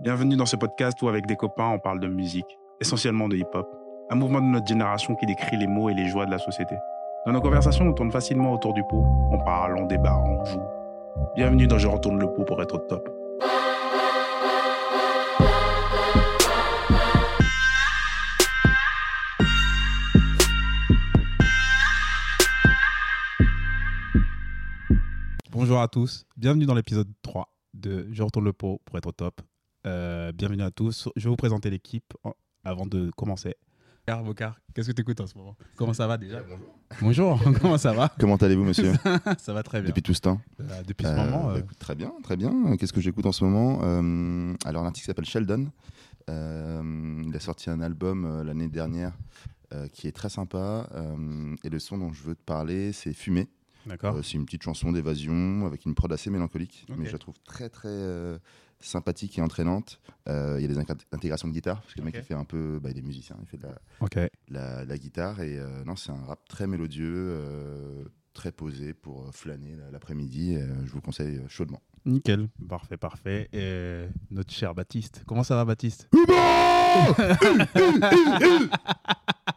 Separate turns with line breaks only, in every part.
Bienvenue dans ce podcast où avec des copains on parle de musique, essentiellement de hip-hop, un mouvement de notre génération qui décrit les mots et les joies de la société. Dans nos conversations, on tourne facilement autour du pot, on parle, on débat, on joue. Bienvenue dans Je retourne le pot pour être au top. Bonjour à tous, bienvenue dans l'épisode 3 de Je retourne le pot pour être au top. Euh, bienvenue à tous, je vais vous présenter l'équipe en- avant de commencer. Car Bocard, qu'est-ce que tu écoutes en ce moment Comment ça va déjà Bonjour, comment ça va
Comment allez-vous, monsieur
Ça va très bien.
Depuis tout ce temps
Euh, depuis
Euh,
ce moment,
bah,
euh,
écoute, Très bien, très bien. Qu'est-ce que j'écoute en ce moment Euh, Alors, un artiste s'appelle Sheldon. Euh, il a sorti un album euh, l'année dernière euh, qui est très sympa. Euh, et le son dont je veux te parler, c'est Fumé.
d'accord.
Euh, c'est une petite chanson d'évasion avec une prod assez mélancolique,
Ah. Ok.
mais je la trouve très très euh, sympathique et entraînante. Euh, Il y a des inc- intégrations de guitare, parce que le mec
Ok.
il fait un peu, bah, il est musicien, il fait de la,
ok.
la, la guitare. Et euh, non, c'est un rap très mélodieux, euh, très posé pour euh, flâner la- l'après-midi. euh, je vous conseille euh, chaudement.
Nickel. Parfait, parfait. Et notre cher Baptiste, comment ça va Baptiste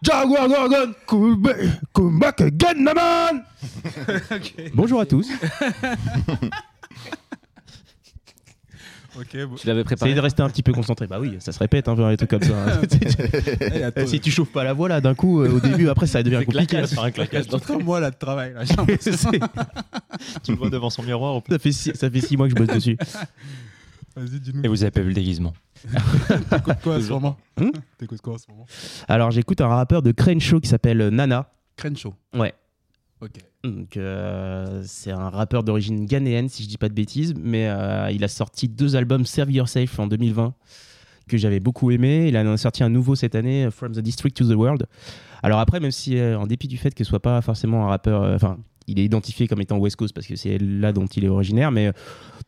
Jaguar Gorgon, come back, come back again, the man Bonjour à tous.
Ok,
Tu l'avais
Essayez
préparé.
de rester un petit peu concentré. Bah oui, ça se répète, hein, genre les trucs comme ça. hein. Euh, si tu chauffes pas la voix là, d'un coup, euh, au début, après, ça devient compliqué. là, par un claquage.
moi là de travail. Là.
tu le vois devant son miroir. Ça fait, six, ça fait six mois que je bosse dessus.
Vas-y, dis-nous.
Et vous avez pas vu le déguisement.
T'écoutes quoi en ce moment
Hmm
T'écoutes quoi en ce moment
Alors, j'écoute un rappeur de Crenshaw qui s'appelle Nana.
Crenshaw.
Ouais.
Ok.
Donc, euh, c'est un rappeur d'origine ghanéenne, si je dis pas de bêtises, mais euh, il a sorti deux albums Serve Yourself en 2020 que j'avais beaucoup aimé. Il en a sorti un nouveau cette année, euh, From the District to the World. Alors après, même si euh, en dépit du fait que ce soit pas forcément un rappeur, euh, enfin, il est identifié comme étant West Coast parce que c'est là dont il est originaire, mais euh,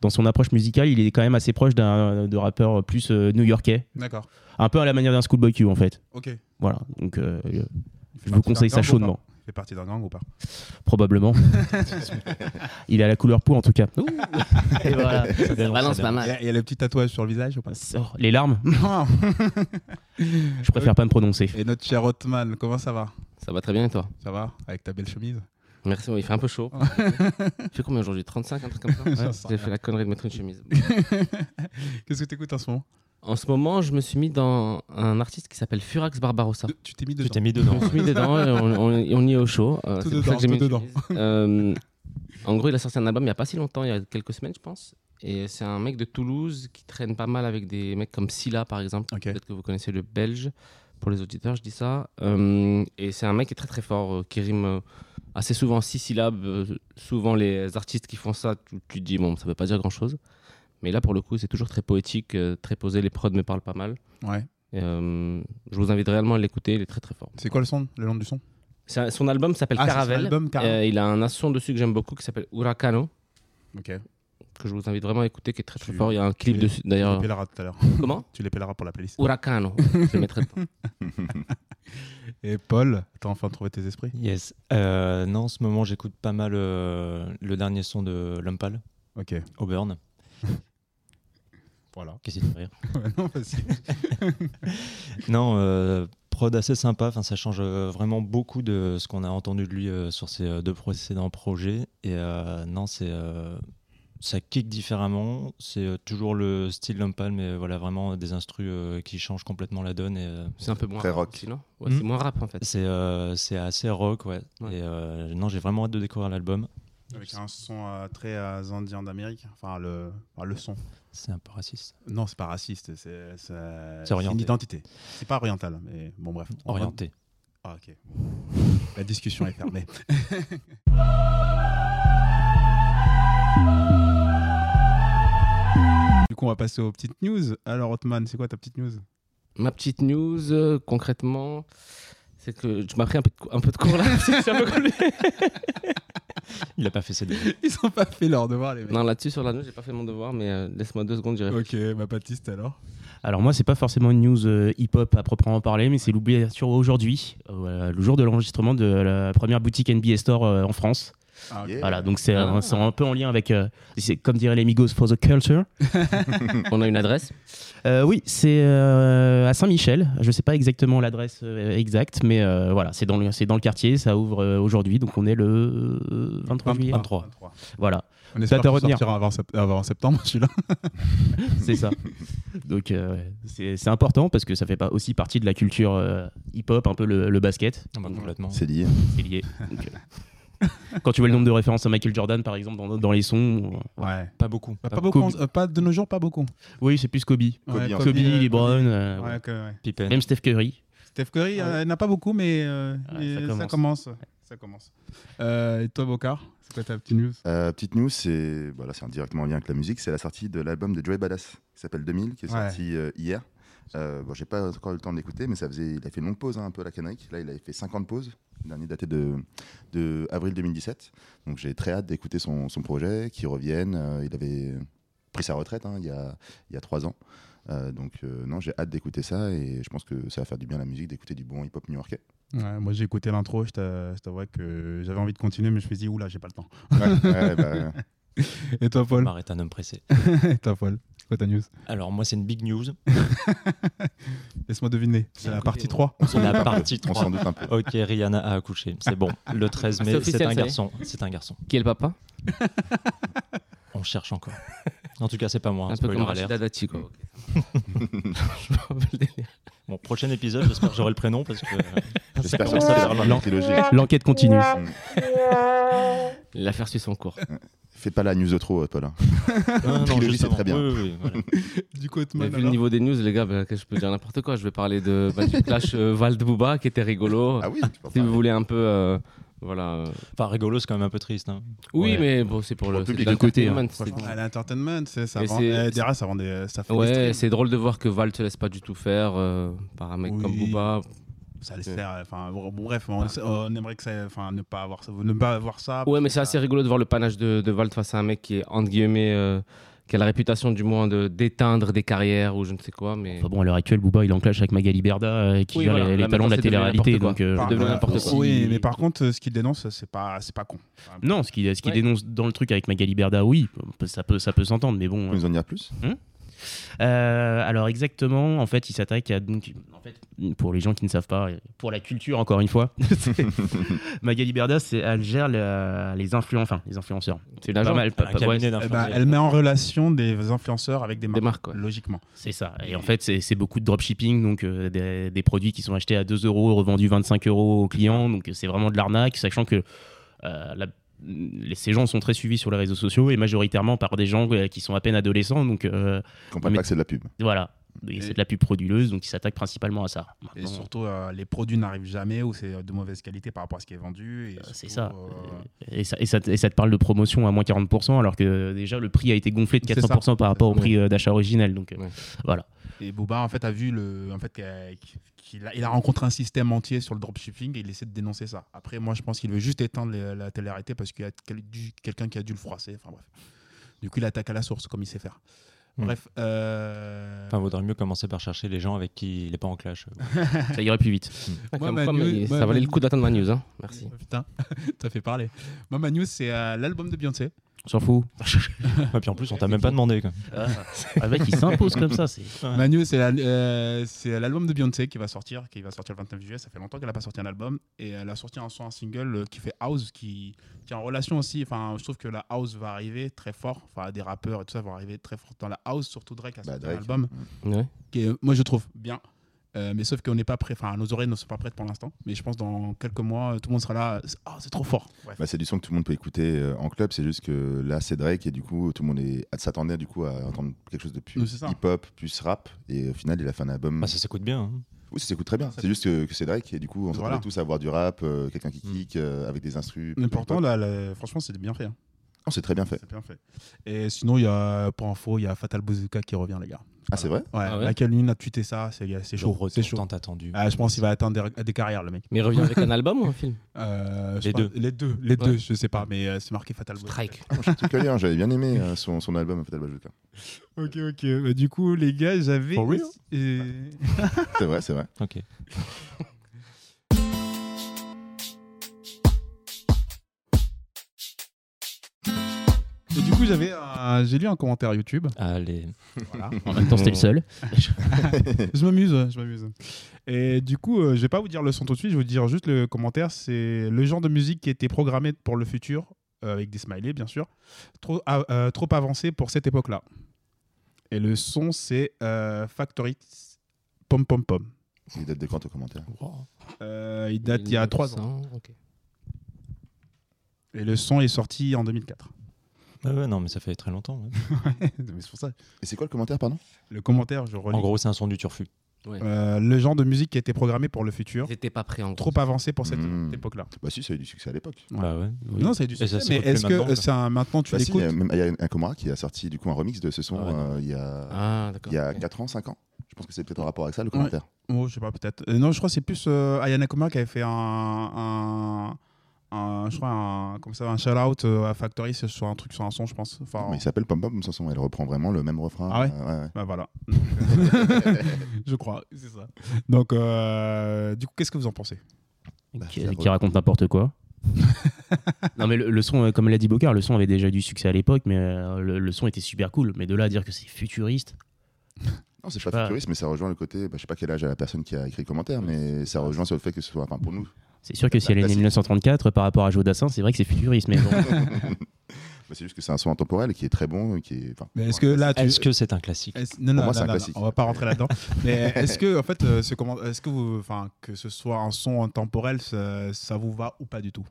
dans son approche musicale, il est quand même assez proche d'un de rappeur plus euh, new-yorkais,
D'accord.
un peu à la manière d'un Schoolboy Q en fait.
Ok.
Voilà, donc euh,
Bah, Il fait
je
partie
vous conseille
d'un gang
ça
ou pas
chaudement.
Il fait partie d'un gang ou pas
Probablement. Il a la couleur peau en tout cas. Et voilà. Ça dénonce,
Balance
ça
pas
Il y,
mal.
a, il y a le petit tatouage sur le visage ou pas
dénonce. Sors les larmes,
Non.
je préfère pas me prononcer.
Et notre cher Othman, comment ça va
Ça va très bien et toi
Ça va Avec ta belle chemise
Merci, ouais, il fait un peu chaud. Il fait combien aujourd'hui 35, un truc comme ça
J'en sais
J'ai
rien.
fait la connerie de mettre une chemise.
Qu'est-ce que t'écoutes en ce moment
En ce moment, je me suis mis dans un artiste qui s'appelle Furax Barbarossa.
Tu t'es mis
Tu
dedans.
t'es mis dedans.
Je me suis mis dedans et on, on- et on y est au chaud. Euh,
Tout
c'est pour ça
dedans,
que j'ai mis
tout
une chemise. Euh, en gros, il a sorti un album il n'y a pas si longtemps, il y a quelques semaines, je pense. Et c'est un mec de Toulouse qui traîne pas mal avec des mecs comme Silla, par exemple.
Ok.
Peut-être que vous connaissez le belge. Pour les auditeurs, je dis ça. Euh, et c'est un mec qui est très très fort, euh, qui rime euh, assez souvent six syllabes. Euh, souvent, les artistes qui font ça, tu, tu te dis, bon, ça veut pas dire grand chose. Mais là, pour le coup, c'est toujours très poétique, euh, très posé. Les prods me parlent pas mal.
Ouais.
Et, euh, je vous invite réellement à l'écouter, il est très très fort.
C'est quoi le son Le nom du son
C'est un- son album s'appelle
Ah, c'est son
Caravelle.
album, Caravelle.
Euh, il a un autre son dessus que j'aime beaucoup qui s'appelle Huracano,
Ok.
que je vous invite vraiment à écouter, qui est très très
Tu-
fort. Il y a un clip
tu-
dessus
Tu les
d'ailleurs.
pèleras tout à l'heure.
Comment
Tu les pèleras pour la playlist.
Huracano. je le mettrai dedans.
Et Paul, t'as enfin trouvé tes esprits
Yes. Euh, non, en ce moment, j'écoute pas mal euh, le dernier son de Lumpal,
Ok.
Auburn.
Voilà.
Qu'est-ce qu'il fait rire
non, parce que-
Non, euh, prod assez sympa. Enfin, ça change euh, vraiment beaucoup de ce qu'on a entendu de lui euh, sur ses euh, deux précédents projets. Et euh, non, c'est euh, ça kick différemment. C'est euh, toujours le style Lumpal, mais euh, voilà, vraiment euh, des instrus euh, qui changent complètement la donne. Et, euh,
C'est un peu moins
Très
rap
rock.
aussi, non Ouais,
Hmm.
C'est moins rap en fait.
c'est euh, c'est assez rock, ouais.
Ouais.
Et euh, non, j'ai vraiment hâte de découvrir l'album.
Avec un son euh, très euh, indien d'Amérique. Enfin, le, enfin, le son.
C'est un peu raciste.
Non, c'est pas raciste. C'est c'est-
C'est
c'est une
orienté.
identité. C'est pas oriental, mais bon, bref. On va-
Orienté.
Ah, ok. La discussion est fermée. Du coup, on va passer aux petites news. Alors, Othman, c'est quoi ta petite news
Ma petite news, euh, concrètement, c'est que je m'as pris un peu de, cou- un peu de cours là. c'est un peu compliqué.
Il a pas fait ses deux.
Ils ont pas fait leur devoir, les mecs.
non, là-dessus sur la news, j'ai pas fait mon devoir, mais euh, laisse-moi deux secondes, j'y réfléchis.
Ok, ma Baptiste alors.
Alors moi, c'est pas forcément une news euh, hip-hop à proprement parler, mais c'est l'ouverture aujourd'hui, euh, voilà, le jour de l'enregistrement de la première boutique NBA Store euh, en France.
Ah, ok.
Yeah.
Voilà, donc c'est
Ah.
c'est un peu en lien avec, euh, c'est comme diraient les Migos for the culture.
On a une adresse
Euh, oui, c'est euh, à Saint-Michel. Je ne sais pas exactement l'adresse euh, exacte, mais euh, voilà, c'est dans, le- c'est dans le quartier. Ça ouvre euh, aujourd'hui, donc on est le euh, 23 juillet.
23.
Voilà,
On espère
à
qu'il
retenir.
sortira avant, sept- avant septembre, celui-là.
c'est ça. donc euh, ouais, c'est c'est important parce que ça fait pas aussi partie de la culture euh, hip-hop, un peu le, le basket.
Ah bah, complètement.
C'est lié.
C'est lié. Donc, euh, quand tu vois le nombre de références à Michael Jordan, par exemple, dans, dans les sons, euh,
Ouais.
Pas beaucoup.
Pas,
Pas
beaucoup.
Kobe.
euh, pas de nos jours, pas beaucoup.
oui, c'est plus Kobe.
Kobe,
Ouais,
en
Kobe,
euh,
LeBron,
Kobe.
euh,
Ouais, que- ouais.
Pippen.
même Steph Curry.
Steph Curry
Ah
euh, n'a pas beaucoup, mais euh,
Ouais,
et
ça
ça commence. Ça commence. Euh, et toi, Bocard C'est quoi ta petite news
Euh, petite news, c'est voilà, c'est indirectement en lien avec la musique, c'est la sortie de l'album de Dre Badass qui s'appelle 2000, qui est
Ouais.
sorti euh, hier. Euh, bon, j'ai pas encore eu le temps de l'écouter, mais ça faisait, il a fait une longue pause hein, un peu à la Canaïque. Là, il avait fait 50 pauses, le dernier daté de, de avril 2017. Donc j'ai très hâte d'écouter son, son projet, qu'il revienne. Euh, il avait pris sa retraite hein, il, y a, il y a trois ans. Euh, donc euh, non, j'ai hâte d'écouter ça et je pense que ça va faire du bien à la musique d'écouter du bon hip-hop new-yorkais.
Ouais, Moi, j'ai écouté l'intro. Je t'a- je t'avouerais que j'avais envie de continuer, mais je me suis dit, oula, j'ai pas le temps.
Ouais, ouais, bah,
Et toi, Paul
Omar est un homme pressé.
Et toi, Paul C'est quoi ta news
Alors moi c'est une big news.
Laisse-moi deviner. C'est
Bien
la
écouté,
partie
ouais.
3.
C'est la partie
on
3.
s'en doute un peu.
Ok, Rihanna a accouché. C'est bon. Le
Ah,
13
C'est
mai,
officiel,
c'est
ça
un
y est.
garçon. C'est un garçon.
Qui est le papa
On cherche encore. En tout cas, c'est pas moi.
Un
hein.
peu
spoiler
comme
alert.
Rachida Dati, quoi. Je me rappelle des-
Bon, prochain épisode, j'espère que j'aurai le prénom parce que.
J'espère que ça sera la trilogie.
L'enquête continue.
L'affaire suit son cours.
Fais pas la news de trop, euh, Paul. hein.
Non, non,
Trilogie,
justement.
c'est très bien.
Oui, oui, oui, voilà.
Du
Mais
Cotman,
vu le niveau des news, les gars, bah, je peux dire n'importe quoi. Je vais parler de, bah, du clash euh, Val de Booba qui était rigolo.
Ah oui, tu peux en
si vous
parler.
voulez un peu. euh, voilà. euh,
Enfin, rigolo, c'est quand même un peu triste. hein.
Oui,
Ouais.
mais bon, c'est pour le,
Pour le
c'est de
public de côté,
l'entertainment, c'est
Franchement, à l'entertainment, c'est ça.
Et
Vend...
c'est-
eh, Dera, ça vendait. euh, Ça fait
bon.
des
Ouais,
streams.
c'est drôle de voir que Val te laisse pas du tout faire euh, par un mec
Oui.
comme Booba.
ça laisse faire. Enfin, bon, bref, on, on aimerait que ça, enfin, ne pas avoir ça, ne pas avoir ça.
Ah. Ouais, mais c'est assez rigolo de voir le panache de, de Val face à un mec qui est, entre guillemets, euh, qui a la réputation du moins de d'éteindre des carrières ou je ne sais quoi. Mais
Enfin bon, à l'heure actuelle, Booba il est en clash avec Magali Berda euh, qui
Oui,
gère
voilà.
les, les
Là,
talents de la
maintenant, c'est devenu
télé-réalité.
n'importe
Donc, euh,
Par-
je-
devient
voilà.
n'importe
quoi.
Oui, mais par contre, ce qu'il dénonce, c'est pas, c'est pas con. Enfin,
non, ce qu'il ce qu'il
Ouais.
dénonce dans le truc avec Magali Berda, oui, on peut- ça peut, ça peut s'entendre, mais bon.
Tu peux nous en dire plus
Euh, alors exactement, en fait, il s'attaque à donc en fait, pour les gens qui ne savent pas, euh, pour la culture encore une fois, c'est- Magali Berda, c'est elle gère la- les influenceurs, enfin les influenceurs.
c'est une
Pas
agence
mal, pas-
Un
pas- ouais,
cabinet
eh
d'influenceurs.
ben, elle met en relation des influenceurs avec des marques,
des marques. ouais.
logiquement.
c'est ça. Et en fait, c'est c'est beaucoup de dropshipping, donc euh, des, des produits qui sont achetés à 2 euros, revendus 25 euros aux clients, donc euh, c'est vraiment de l'arnaque, sachant que euh, la- les- ces gens sont très suivis sur les réseaux sociaux et majoritairement par des gens euh, qui sont à peine adolescents, donc euh,
Je comprends
Mais-
pas que c'est de la pub.
voilà. Et C'est de la pub frauduleuse, donc ils s'attaquent principalement à ça.
Et
Maintenant,
surtout, euh, les produits n'arrivent jamais ou c'est euh, de mauvaise qualité par rapport à ce qui est vendu. et
Euh, C'est
surtout,
ça.
euh,
Et ça, et ça te- et ça te parle de promotion à moins 40%, alors que euh, déjà le prix a été gonflé de
C'est
400% par rapport au
ça.
prix euh, d'achat originel. Donc, euh,
Ouais.
voilà.
Et Boba, en fait, a vu le, en fait, qu'elle- qu'il a, il a rencontré un système entier sur le dropshipping et il essaie de dénoncer ça. Après, moi, je pense qu'il veut juste éteindre les- la télé-réalité parce qu'il y a quel- du- quelqu'un qui a dû le froisser. Enfin, bref. Du coup, il attaque à la source, comme il sait faire.
Mm.
Bref. euh,
Enfin, vaudrait mieux commencer par chercher les gens avec qui il n'est pas en clash.
ça irait plus vite.
Ah,
Moi,
comme
ma
quoi,
news-
mais
moi,
ça
ma
valait le
news-
coup d'attendre ma news. Hein. Merci.
Putain, t'as fait parler. Moi, ma news, c'est euh, l'album de Beyoncé.
On s'en fout.
Ah.
Et puis en plus, on t'a même pas demandé. quoi.
Un Ah, mec, il s'impose comme ça. C'est
Ma news, c'est la- euh, c'est l'album de Beyoncé qui va sortir, qui va sortir le 29 juillet. Ça fait longtemps qu'elle n'a pas sorti un album. Et elle a sorti un son, un single euh, qui fait House, qui, qui est en relation aussi. Enfin, je trouve que la House va arriver très fort. Enfin, des rappeurs et tout ça vont arriver très fort dans la House, surtout Drake a
Bah,
sorti
Drake.
un album
Ouais.
qui est, moi je trouve bien. Euh, mais sauf qu'on n'est pas prêt, enfin nos oreilles ne sont pas prêtes pour l'instant. Mais je pense dans quelques mois, tout le monde sera là. C'est- Ah, c'est trop fort. Bref.
Bah, c'est du son que tout le monde peut écouter euh, en club. C'est juste que là, c'est Drake et du coup, tout le monde est- s'attendait du coup à entendre quelque chose de plus
Oui, c'est ça. Ah,
hip-hop, plus rap. Et au final, il a fait un album.
Bah, ça s'écoute bien. hein.
oui, ça s'écoute très bien.
Ça-
C'est juste que, que c'est Drake et du coup, on s'attendait
Voilà. Hmm.
tous à voir du rap, euh, quelqu'un qui kick euh, avec des instrus.
Mais
plus
pourtant,
hip-hop.
là, là, franchement, c'est bien fait. hein.
Non, c'est très bien fait.
C'est bien fait. Et sinon, il y a, pour info, il y a Fatal Bouzouka qui revient, les gars.
Ah, c'est vrai
Ouais,
Ah ouais
Michael Lune a tweeté ça, c'est c'est
Le
chaud.
retour
C'est chaud.
tant attendu.
Ah, je pense qu'il va atteindre des, des carrières, le mec.
Mais il revient avec un album ou un film
Euh, je
Les
sais pas,
deux.
Les deux, les
Ouais.
deux, je sais pas, mais euh, c'est marqué Fatal Boy.
Strike.
Ah, moi, je suis tout calé, hein. J'avais bien aimé euh, son, son album Fatal Bazooka.
Ok, ok. Bah, du coup, les gars, j'avais.
For real
Euh,
C'est vrai, c'est vrai.
Ok.
coup, j'avais un- j'ai lu un commentaire YouTube.
Allez.
Voilà.
En même temps, c'était le seul.
je m'amuse, je m'amuse. Et du coup, euh, je vais pas vous dire le son tout de suite, je vais vous dire juste le commentaire. C'est le genre de musique qui était programmé pour le futur, euh, avec des smileys bien sûr, trop, a- euh, trop avancé pour cette époque-là. Et le son, c'est euh, Factory Pom Pom Pom.
Il date de quand au commentaire
Euh, il date il y a 3 ans.
ok.
Et le son est sorti en 2004.
Ouais, ouais, non, mais ça fait très longtemps. ouais.
Mais c'est pour ça.
Et c'est quoi le commentaire, pardon
Le commentaire, je relis.
En gros, c'est un son du turfu.
Euh, le genre de musique qui était programmé pour le futur,
Ils étaient pas prêts en gros.
trop avancé pour cette
Mm.
époque-là.
Bah si, ça a eu du succès à l'époque.
Ouais.
Bah ouais.
Non, ça a du
ça
succès, mais
s'écoute plus
est-ce
maintenant,
que
ça.
c'est un maintenant tu
Bah si, il
l'écoutes
y a même- il y a un Comora qui a sorti du coup un remix de ce son
Ah ouais, non.
euh, il y a
Ah, d'accord.
il y a
ok.
4 ans, 5 ans. Je pense que c'est peut-être en rapport avec ça le
Ouais.
commentaire.
Oh, je sais pas, peut-être. Euh, non, je crois que c'est plus euh, Ayana Kumar qui avait fait un, un, un- je crois un, comme ça, un shout-out euh, à Factory sur sur un truc, sur un son, je pense. Enfin,
Mais il s'appelle Pom Pom comme son son, elle reprend vraiment le même refrain.
Oh. Ah ouais
Euh, ouais, ouais.
bah voilà. je crois, c'est ça. Donc, euh, du coup, qu'est-ce que vous en pensez
Bah,
qui,
ça
qui
re-
raconte n'importe quoi. non mais le, le son, euh, comme l'a dit Bocard, le son avait déjà eu du succès à l'époque, mais euh, le, le son était super cool. Mais de là à dire que c'est futuriste,
Non, c'est
Je sais
pas,
pas.
futuriste, mais ça rejoint le côté, bah, je sais pas quel âge a la personne qui a écrit le commentaire, mais ça rejoint sur le fait que ce soit, enfin pour nous,
c'est sûr que
La-
si elle est
la-
née en
la-
1934 par rapport à Jodassin, c'est vrai que c'est futuriste. Mais bon.
bah, c'est juste que c'est un son intemporel qui est très bon, qui est. enfin,
Mais est-ce que là, tu,
Est-ce que c'est un classique
Est-ce- Non, non,
moi,
non,
c'est un
non, non,
classique.
on va pas rentrer là-dedans. Mais est-ce que, en fait, euh, ce comment, est-ce que vous, enfin, que ce soit un son temporel, ça, ça vous va ou pas du tout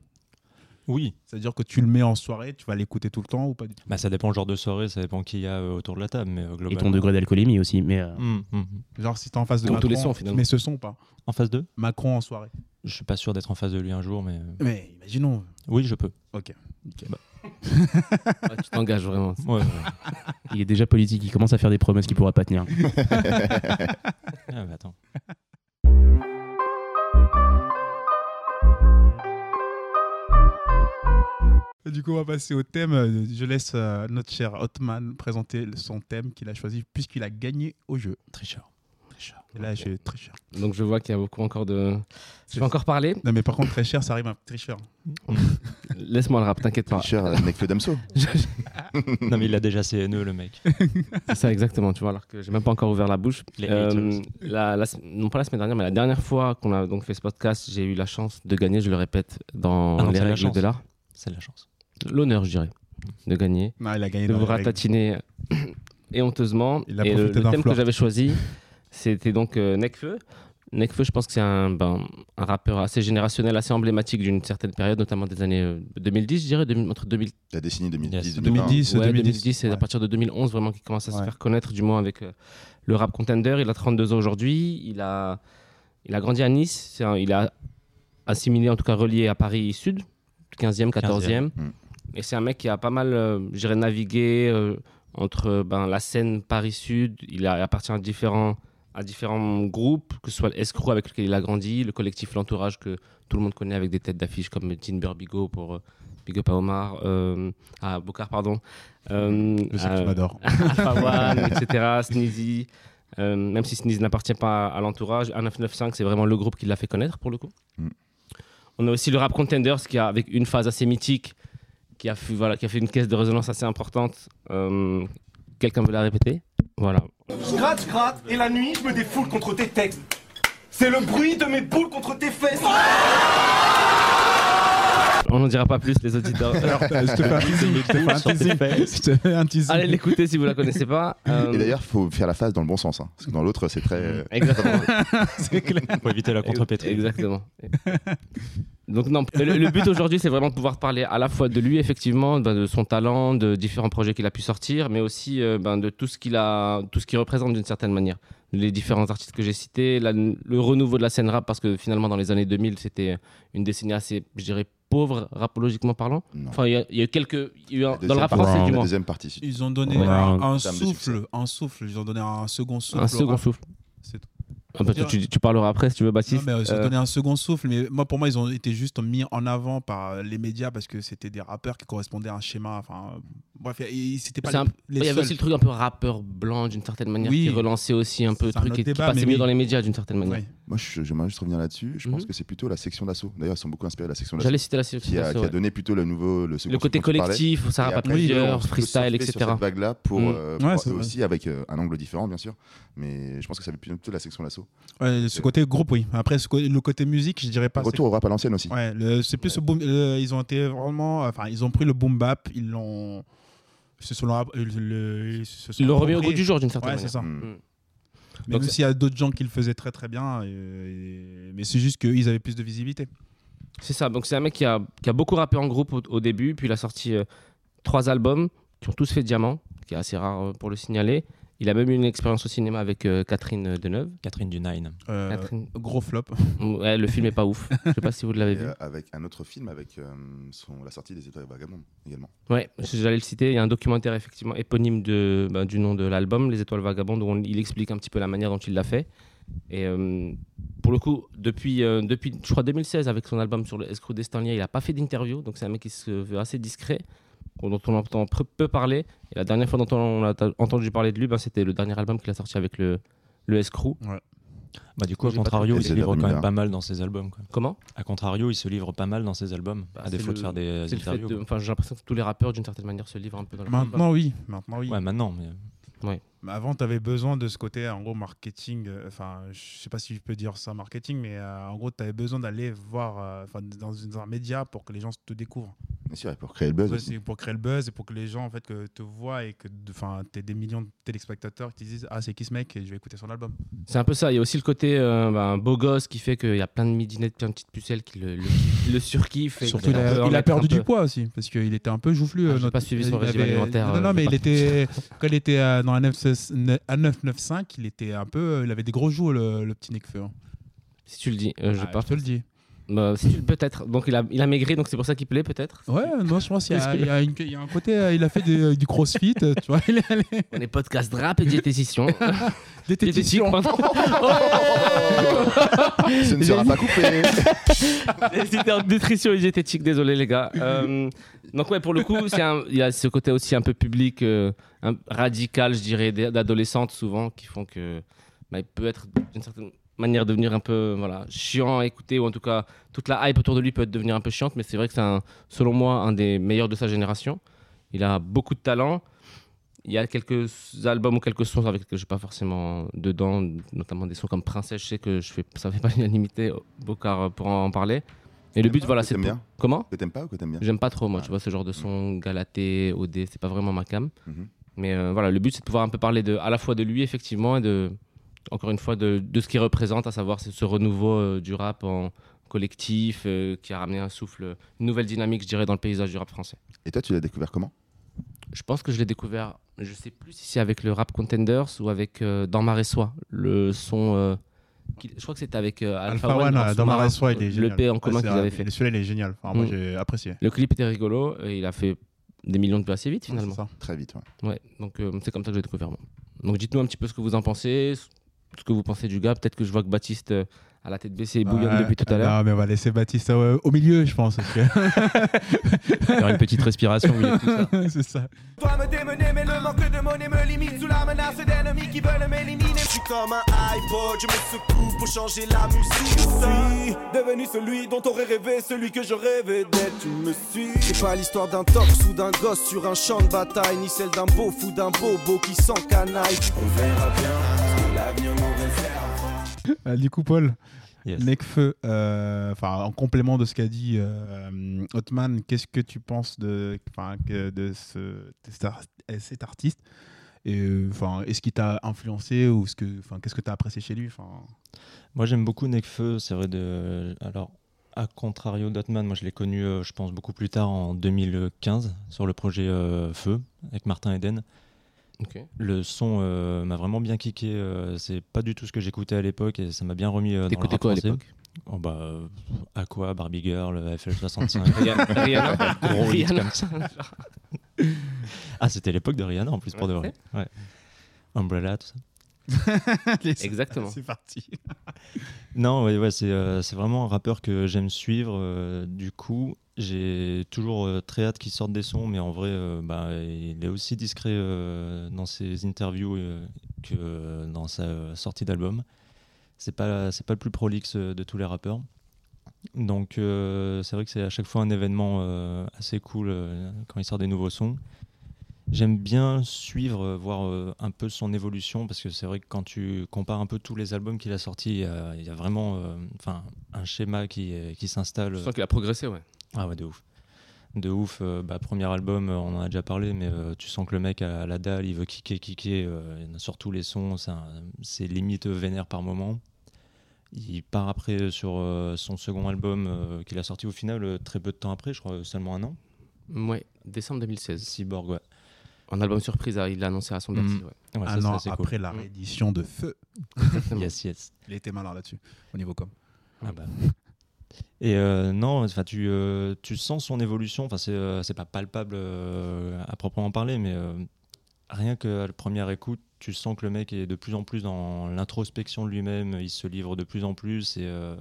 Oui.
C'est-à-dire que tu le mets en soirée, tu vas l'écouter tout le temps ou pas du tout
Bah, ça dépend le genre de soirée, ça dépend qui il y a euh, autour de la table. Mais, euh, globalement...
et ton degré d'alcoolémie aussi. Mais euh,
Hmm, hmm.
Genre, si t'es en face de
Comme tous
Macron,
les sons,
tu
finalement.
mets ce son ou pas
En phase 2
Macron en soirée.
Je suis pas sûr d'être en face de lui un jour, mais euh,
Mais imaginons.
oui, je peux.
Ouais, Ah, tu t'engages vraiment.
Ouais, ouais.
il est déjà politique, il commence à faire des promesses qu'il pourra pas tenir.
Ah, mais attends.
Et Du coup, on va passer au thème. Euh, Je laisse euh, notre cher Hotman présenter le- son thème qu'il a choisi puisqu'il a gagné au jeu.
Tricheur.
Et là, j'ai très cher.
Donc je vois qu'il y a beaucoup encore de. Je vais encore parler.
Non, mais par contre, très cher, ça arrive à très cher.
Laisse-moi le rap, t'inquiète pas.
Cher euh, Nekfeu Damso.
Non, mais il a déjà CNE, le mec.
C'est ça exactement, tu vois, alors que j'ai même pas encore ouvert la bouche.
Les
Euh,
haters.
la- la- non pas la semaine dernière, mais la dernière fois qu'on a donc fait ce podcast, j'ai eu la chance de gagner, je le répète, dans
Ah non,
les
c'est la
règles
chance.
de l'art.
C'est de la chance.
L'honneur, je dirais, de gagner,
Non, il a gagné.
de
dans
vous
les règles.
ratatiner et honteusement.
Il a
et le,
profité
le
d'un
thème
flirt.
que j'avais choisi, c'était donc euh, Nekfeu. Nekfeu, je pense que c'est un, ben, un rappeur assez générationnel, assez emblématique d'une certaine période, notamment des années euh, 2010, je dirais, 2000 entre 2000,
La décennie 2010,
Yes.
2010.
2010,
Ouais,
2010.
2010 et à partir de 2011 vraiment qu'il commence à se
Ouais.
faire connaître du moins avec euh, le rap contender il a 32 ans aujourd'hui il a il a grandi à Nice c'est un- il a assimilé en tout cas relié à Paris Sud 15e 14e
Mm.
et c'est un mec qui a pas mal euh, je dirais, navigué euh, entre euh, ben, la scène Paris Sud il, a- il appartient à différents à différents groupes que ce soit l'escroc avec lequel il a grandi le collectif l'entourage que tout le monde connaît avec des têtes d'affiche comme Tim Bigot pour euh, Big Up à Omar euh, à Bocard pardon euh,
Je sais que
à-
tu m'adores.
Alpha One, etc., Sneezy. Euh, même si Sneezy n'appartient pas à, à l'entourage, 1995, c'est vraiment le groupe qui l'a fait connaître pour le coup.
Mm.
On a aussi le rap Contenders qui a, avec une phase assez mythique, qui a, fait- voilà, qui a fait une caisse de résonance assez importante. Euh, Quelqu'un veut la répéter Voilà.
Je gratte, je gratte, et la nuit, je me défoule contre tes textes. C'est le bruit de mes boules contre tes fesses.
On n'en dira pas plus, les auditeurs.
Alors, je te fais un teasing. Je te fais un teasing. Je te fais un teasing.
Allez l'écouter si vous la connaissez pas. Euh, Mm.
Et d'ailleurs, faut faire la phase dans le bon sens, hein, parce que dans l'autre, c'est très. euh,
Exactement.
c'est clair.
Faut éviter la contre-pétrie.
Exactement. Donc non, le, le but aujourd'hui, c'est vraiment de pouvoir parler à la fois de lui, effectivement, ben, de son talent, de différents projets qu'il a pu sortir, mais aussi euh, ben, de tout ce qu'il a, tout ce qu'il représente d'une certaine manière. Les différents artistes que j'ai cités, la- le renouveau de la scène rap, parce que finalement, dans les années 2000, c'était une décennie assez, je dirais, pauvre rapologiquement parlant.
non.
Enfin, il y a- il y, a eu quelques, il y a eu un-
La
dans le rap français,
deuxième-
du
La
moins,
deuxième partie. si tu-
Ils ont donné
Ouais.
un, un
En termes de
souffle,
succès.
un souffle. Ils ont donné un second souffle.
un second souffle.
C'est tout.
Ah, bah, toi, tu, tu parleras après si tu veux,
Non,
Baptiste.
mais, euh, ils ont
Euh,
donné un second souffle. Mais moi, pour moi, ils ont été juste mis en avant par euh, les médias parce que c'était des rappeurs qui correspondaient à un schéma. Enfin, euh, bref, et- et c'était pas
C'est
les,
un-
les
Il y avait
seuls.
aussi le truc un peu rappeur blanc d'une certaine manière
Oui.
qui relançait aussi un peu le
C'est un
truc
autre
et qui
débat,
passait
mais
mieux
oui.
dans les médias d'une certaine manière.
Ouais.
Moi, je- j'aimerais juste revenir là-dessus. Je pense
Mhm.
que c'est plutôt la section d'assaut. D'ailleurs, ils sont beaucoup inspirés de la section d'assaut
J'allais citer la sélection.
qui, a,
d'assaut,
qui a
ouais.
donné plutôt le nouveau le, ce
Le côté
dont tu parlais.
collectif, ça
Et
rappe à
après, ils ont
plusieurs,
plutôt
freestyle,
surfé sur
etc.
Cette vague-là pour,
Mm.
euh, pour
Ouais, c'est
eux
vrai.
aussi avec euh, un angle différent, bien sûr. Mais je pense que ça va plutôt la section d'assaut.
Ouais, ce côté groupe, oui. Après, ce co- le côté musique, je dirais pas. c'est-
Retour au rap à l'ancienne aussi.
Ouais, le- c'est plus ce boom. le- ils ont été vraiment. Enfin, ils ont pris le boom bap, ils l'ont. Ils se sont euh, le- le- ils se sont
Le remet au
approprié.
goût du jour d'une certaine
Ouais, c'est
manière.
ça.
Mm.
Mais même
Donc c'est-
s'il y a d'autres gens qui le faisaient très très bien, euh, et- mais c'est juste qu'ils avaient plus de visibilité.
C'est ça, donc c'est un mec qui a, qui a beaucoup rappé en groupe au, au début, puis il a sorti euh, trois albums qui ont tous fait diamant, qui est assez rare euh, pour le signaler. Il a même eu une expérience au cinéma avec euh, Catherine euh, Deneuve.
Catherine du Nine.
Euh,
Catherine-
Gros flop.
Ouais, le film est pas ouf, je sais pas si vous l'avez
Et,
vu.
euh, avec un autre film, avec euh, son, la sortie des Étoiles Vagabondes également.
Ouais, j'allais le citer, il y a un documentaire effectivement éponyme de, ben, du nom de l'album, Les Étoiles Vagabondes, où on- il explique un petit peu la manière dont il l'a fait. Et euh, pour le coup, depuis, euh, depuis, je crois, 2016, avec son album sur le escroc destin lié, il n'a pas fait d'interview, donc c'est un mec qui se veut assez discret, dont on entend peu, peu parler. Et la dernière fois dont on, on a ta- entendu parler de lui, ben, c'était le dernier album qu'il a sorti avec le, le escroc.
Bah, du coup,
J'ai
à
pas
contrario,
trop-
il se
Et
livre
c'est
quand même
Dark
pas mal dans ses albums. Quoi.
Comment
À contrario, il se livre pas mal dans ses albums,
Bah,
à
c'est
défaut
le-
de faire des
C'est le fait
interviews.
de-
quoi.
Enfin, j'ai l'impression que tous les rappeurs, d'une certaine manière, se livrent un peu dans le
Maintenant, oui. Maintenant, oui.
Ouais, maintenant, mais
Mais avant, tu avais besoin de ce côté, en gros, marketing. euh, Enfin, je sais pas si je peux dire ça, marketing, mais euh, en gros, tu avais besoin d'aller voir euh, enfin, dans, dans un média pour que les gens te découvrent.
Bien sûr, et pour créer le buzz
Ouais,
aussi.
c'est pour créer le buzz et pour que les gens, en fait, que te voient et que tu aies des millions de téléspectateurs qui disent Ah, c'est qui ce mec Et je vais écouter son album.
C'est un peu ça. Il y a aussi le côté euh, bah, un beau gosse qui fait qu'il y a plein de midinettes, plein de petites pucelles qui le, le, le surkiffent. et
Surtout,
qui
il
leur
a, il a
permettent
perdu
un
du
peu-
poids aussi, parce qu'il était un peu joufflu.
Ah,
euh,
j'ai pas suivi son
il
régime alimentaire,
Non, non,
euh,
mais
je
il
sais
était. Quand il était euh, dans un 9 un 995, il était un peu. euh, Il avait des gros joues, le, le petit Necfeu. hein.
Si tu le dis, euh, je sais
Ah,
pas.
te le dis.
Bah, si tu- peut-être. Donc il a, il a maigri, donc c'est pour ça qu'il plaît, peut-être.
Ouais, non, je pense qu'il y,
Parce
a-
que-
il y a une- il y a un côté. euh, Il a fait des- du crossfit, euh, tu vois. Il est allé.
On est podcast rap et diététicien. Diététique,
Diététicien.
pardon.
Oh
Ce ne sera pas coupé
C'était en nutrition et diététique, désolé les gars. Euh, donc ouais, pour le coup, c'est un- il y a ce côté aussi un peu public, euh, un- radical, je dirais, d- d'adolescentes souvent, qui font que bah, il peut être d'une certaine manière devenir un peu voilà chiant à écouter ou en tout cas toute la hype autour de lui peut devenir un peu chiante mais c'est vrai que c'est un- selon moi un des meilleurs de sa génération il a beaucoup de talent il y a quelques albums ou quelques sons avec lesquels je suis pas forcément dedans notamment des sons comme Princesse je sais que je fais ça fait pas l'unanimité Bocard pour en parler et le but voilà c'est
Ah, T'aimes
de-
bien
comment
Que t'aimes pas ou que t'aimes bien
J'aime pas trop, moi,
Ah.
tu vois, ce genre de son, Galaté, OD, c'est pas vraiment ma cam.
Mhm.
Mais euh, voilà, le but, c'est de pouvoir un peu parler de, à la fois de lui, effectivement, et de, encore une fois, de, de ce qu'il représente, à savoir ce, ce renouveau euh, du rap en collectif, euh, qui a ramené un souffle, une nouvelle dynamique, je dirais, dans le paysage du rap français.
Et toi, tu l'as découvert comment
Je pense que je l'ai découvert, je sais plus si c'est avec le Rap Contenders ou avec euh, Dans Marais Soi, le son. euh, qu'il- je crois que c'était avec euh,
Alpha
Alpha,
One,
en
euh, dans
sous-marin,
ma soi, il est génial.
Le P en
Ouais,
commun
c'est
qu'ils
un-
avaient fait.
Celui-là, il est génial. Enfin, Moi,
Mm.
j'ai apprécié.
Le clip était rigolo, et il a fait des millions de vues assez vite, finalement.
C'est ça.
Très vite, ouais.
Ouais, donc euh, c'est comme ça que j'ai découvert. moi. Donc dites-nous un petit peu ce que vous en pensez, ce que vous pensez du gars. Peut-être que je vois que Baptiste euh, a la tête baissée et bouillonne
Ouais. bah,
depuis tout à l'heure.
Non, mais on va laisser Baptiste euh, au milieu, je pense. parce que-
Faire une petite respiration. oui.
c'est ça.
Toi me démener, mais le manque de monnaie me limite sous la menace d'ennemis qui veulent m'éliminer. Je suis comme un iPod, je me secoue pour changer la musique. Je suis devenu celui dont aurait rêvé, celui que je rêvais d'être. Tu me suis. C'est pas l'histoire d'un torse ou d'un gosse sur un champ de bataille, ni celle d'un beau fou, d'un bobo qui s'encanaille. On verra bien ce que l'avenir nous réserve.
Euh, du coup, Paul.
yes.
Necfeu, euh, enfin en complément de ce qu'a dit euh, Othman, qu'est-ce que tu penses de, enfin, que- de, ce, de cet ar- euh, cet artiste Et, euh, enfin, Est-ce qu'il t'a influencé ou ce que, enfin, qu'est-ce que tu as apprécié chez lui enfin,
Moi, j'aime beaucoup Nekfeu, c'est vrai. De... Alors, à contrario d'Otman, moi, je l'ai connu, euh, je pense, beaucoup plus tard, en 2015, sur le projet euh, Feu, avec Martin Eden.
Ok.
Le son euh, m'a vraiment bien kické. euh, c'est pas du tout ce que j'écoutais à l'époque et ça m'a bien remis euh, dans le
T'écoutais
rap
quoi à
français.
l'époque
oh, bah, euh, Aqua, Barbie Girl, euh, FL65.
Rihanna. Rihanna.
gros hits
Rihanna.
comme ça. ah, c'était l'époque de Rihanna en plus pour de vrai. Ouais. Umbrella, tout ça.
Exactement.
C'est parti.
Non, ouais, ouais, c'est euh, c'est vraiment un rappeur que j'aime suivre. euh, du coup, j'ai toujours euh, très hâte qu'il sorte des sons, mais en vrai, euh, bah, il est aussi discret euh, dans ses interviews euh, que euh, dans sa euh, sortie d'album. c'est pas c'est pas le plus prolixe de tous les rappeurs. Donc euh, c'est vrai que c'est à chaque fois un événement euh, assez cool euh, quand il sort des nouveaux sons. J'aime bien suivre, euh, voir euh, un peu son évolution, parce que c'est vrai que quand tu compares un peu tous les albums qu'il a sortis, il y a- il y, a vraiment euh, enfin, un schéma qui, est- qui s'installe.
Je sens qu'il a progressé, ouais.
Ah ouais, de ouf. De ouf, euh, bah, premier album, euh, on en a déjà parlé, mais euh, tu sens que le mec a la dalle, il veut kicker, kicker, euh, il y en a sur tous les sons, c'est un- c'est limite vénère par moment. Il part après sur euh, son second album euh, qu'il a sorti au final euh, très peu de temps après, je crois euh, seulement un an.
Ouais, décembre 2016.
Cyborg, ouais.
En album surprise, hein, il l'a annoncé à son
Mhm.
Bercy, ouais.
Ouais, ça,
Un
c'est
an
assez cool.
Ah après la
Mm.
réédition de Feu.
Exactement.
Yes, yes.
Il était malin là-dessus, au niveau com.
Ah bah. Et euh, non, enfin tu, euh, tu sens son évolution. Enfin c'est euh, c'est pas palpable euh, à proprement parler, mais euh, rien que à la première écoute, tu sens que le mec est de plus en plus dans l'introspection de lui-même. Il se livre de plus en plus et euh,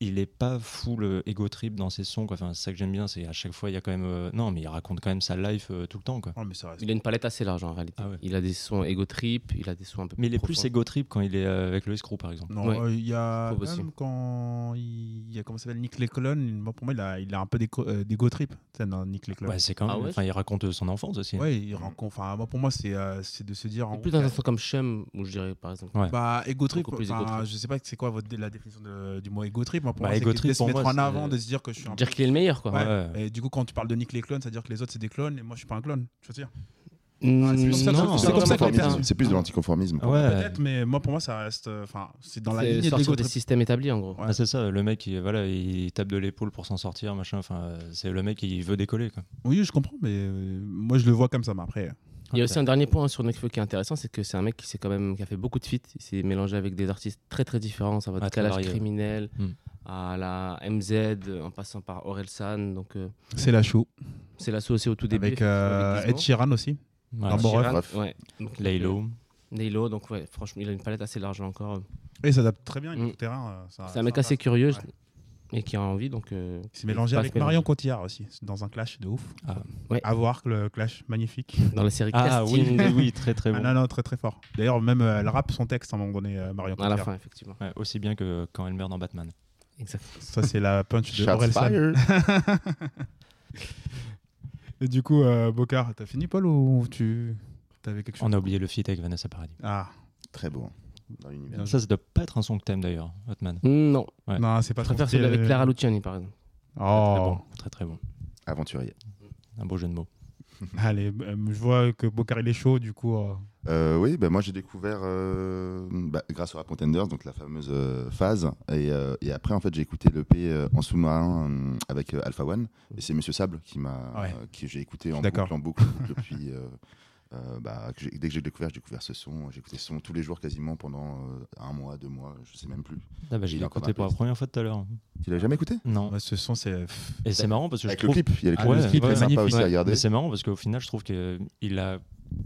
il est pas full euh, ego trip dans ses sons. quoi. Enfin c'est ça que j'aime bien, c'est à chaque fois il y a quand même euh, non mais il raconte quand même sa life euh, tout le temps quoi.
Oh, mais ça reste.
Il a une palette assez large en réalité.
Ah ouais.
Il a des sons ego trip, il a des sons un peu
Mais il est plus
profonds.
ego trip quand il est euh, avec le escroc par exemple.
Non,
Ouais.
euh, il y a
Je trouve
même
aussi.
quand il il y a comment ça s'appelle Nick Lecolon, moi, pour moi il a, il a un peu des, co- euh, des go trip tu sais, dans Nick Lecolon.
Ouais, c'est quand même.
Ah ouais
enfin, il raconte euh, son enfance aussi.
Ouais, il rencontre enfin moi pour moi c'est euh, c'est de se dire en
Plus dans un son comme Shem, ou je dirais par exemple.
Ouais.
bah ego trip,
Beaucoup plus ego
enfin,
trip.
je sais pas c'est quoi votre, la définition de- du mot ego trip moi pour
Bah,
moi
ego
c'est
trip,
de se
pour
mettre
moi,
en
c'est-
avant de se dire que je suis un
Dire qu'il est le meilleur, quoi.
Ouais.
Ouais.
Et du coup, quand tu parles de Nick les clones, ça veut dire que les autres c'est des clones et moi je suis pas un clone. Tu veux dire
Mm,
c'est comme ça que-
non,
c'est comme ça que les
vraiment
perçu.
C'est plus de l'anticonformisme.
Ah
pour
Ouais.
moi.
Peut-être, mais moi pour moi ça reste. euh, Enfin, c'est dans la
C'est
lignée de
sortir
l'ego
des
trip.
systèmes établis en gros.
Ouais.
Ah, c'est ça, le mec, il, voilà, il tape de l'épaule pour s'en sortir, machin. Enfin, euh, c'est le mec, il veut décoller. Quoi.
Oui, je comprends, mais euh, moi je le vois comme ça. Mais après,
Il y a
Ok.
aussi un dernier point hein, sur Nekfeu qui est intéressant, c'est que c'est un mec qui, s'est quand même, qui a fait beaucoup de feats. Il s'est mélangé avec des artistes très très différents. Ça va de
Ah, très
Kalash
varié, ouais.
Criminel
Hmm.
à la MZ, en passant par Orelsan. Donc euh,
c'est la chou
c'est l'assaut aussi au tout début.
avec euh, Ed
effectivement,
Sheeran aussi.
Ouais.
Ah bon.
Sheeran,
Bref.
ouais. Donc, euh,
Laylo.
Laylo, donc ouais, franchement, il a une palette assez large là encore.
Et il s'adapte très bien, il est
Mm.
tout terrain. euh,
Ah,
ça-
c'est un mec
ça
assez
passe.
curieux
Ouais.
et qui a envie. Donc, euh,
Il s'est mélangé
pas
avec
se mélanger.
Marion Cotillard aussi, dans un clash de ouf.
Ah.
Ouais.
À voir que le clash magnifique.
Dans la série
Ah oui,
Casting.
oui, oui, très très
Ah
bon.
non, non, très très fort. D'ailleurs, même euh, elle rappe son texte à un moment donné, euh, Marion
À la
Cotillard.
fin, effectivement.
Ouais, aussi bien que quand elle meurt dans Batman.
Exact.
Ça, c'est la punch de
Shots
Orelsan.
fired.
Et du coup, euh, Bocard, t'as fini, Paul, ou tu. T'avais quelque chose
On a oublié le feat avec Vanessa Paradis.
Ah,
Très beau. hein, Dans l'univers.
Bien
Ça, ça doit pas être un son que t'aimes d'ailleurs, Batman.
Non,
Ouais.
non, c'est pas
je préfère
trop-
celui
euh,
avec Clara Luciani, par exemple.
Ah, Très
Oh.
bon, très très bon.
Aventurier.
Un beau jeu de mots.
Allez, euh, je vois que Bocard, il est chaud, du coup. euh,
Euh, oui, bah, moi j'ai découvert euh, bah, grâce au Rap Contenders, donc la fameuse euh, phase. Et, euh, et après, en fait, j'ai écouté l'EP euh, en sous-marin euh, avec euh, Alpha One. Et c'est Monsieur Sable qui m'a,
Ouais.
euh, qui j'ai écouté
suis
en
d'accord.
boucle, en boucle depuis. euh, euh, bah, que j'ai- dès que j'ai découvert, j'ai découvert ce son. J'ai écouté ce son tous les jours quasiment pendant euh, un mois, deux mois, je sais même plus.
Ah bah, je
Il
l'ai
est encore
écouté
dans
pour
la
la première fois tout à l'heure.
Tu l'as jamais écouté
Non.
ouais, ce son, c'est. pff,
Et c'est marrant parce que
Avec
je
le
trouve.
clip, il y a le
Ah,
clip,
le
qui
clip
est
est
sympa
magnifique,
aussi à
ouais.
regarder.
Mais c'est marrant parce qu'au final, je trouve qu'il a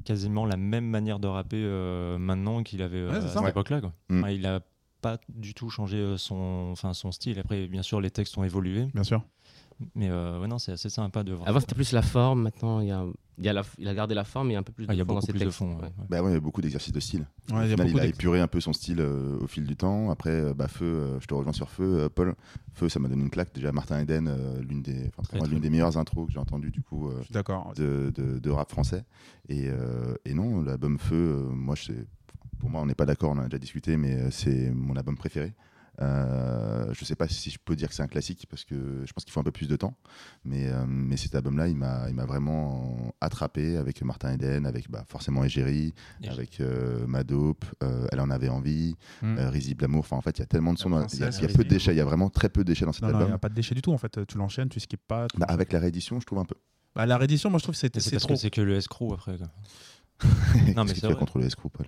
quasiment la même manière de rapper euh, maintenant qu'il avait euh,
Ouais, c'est
à
ça.
cette
Ouais.
époque-là. quoi.
Mm.
Ouais, il a pas du tout changé euh, son, enfin, son style. Après, bien sûr, les textes ont évolué,
Bien sûr.
mais euh, ouais, non, c'est assez sympa de voir.
Avant, c'était plus la forme. Maintenant, il, y a, il, y a la- il a gardé la forme, mais il y a un peu plus de
Ah, il y a
fond dans
beaucoup
ses
plus de
textes.
fond. ouais.
Ouais.
Ouais.
Bah ouais, il y a beaucoup d'exercices de style.
Ouais, il y a
Au final,
beaucoup
il a
d'ex-
épuré un peu son style euh, au fil du temps. Après, euh, bah, Feu, euh, je te rejoins sur Feu, euh, Paul. Feu, ça m'a donné une claque. Déjà, Martin Eden, euh, l'une des, enfin, pour
Très,
moi,
très
l'une
bon.
des meilleures intros que j'ai entendues du coup euh,
Je suis d'accord.
de, de- de rap français. Et, euh, et non, l'album Feu, euh, moi, je sais- pour moi, on n'est pas d'accord, on en a déjà discuté, mais euh, c'est mon album préféré. Euh, je sais pas si je peux dire que c'est un classique parce que je pense qu'il faut un peu plus de temps, mais, euh, mais cet album-là, il m'a il m'a vraiment attrapé avec Martin Eden, avec bah, forcément Égérie,
Et-
avec euh, Madope, euh, Elle en avait envie,
Mm.
euh, Risible Amour. Enfin, en fait, il y a tellement de sons.
La
dans- Il y a,
Princesse,
il y a peu
Risible.
de déchets. Il y a vraiment très peu de déchets dans cet
Non, non, il
album.
n'y a pas de déchet du tout, en fait. Tu l'enchaînes, tu skippes pas. tu-
Bah, avec la réédition, je trouve un peu.
Bah, la réédition, moi, je trouve que
et
c'est
C'est
c'est
parce
trop.
que c'est que le escroc après. quoi.
non,
mais
mais
c'est
tu as
vrai.
contre le escroc, Paul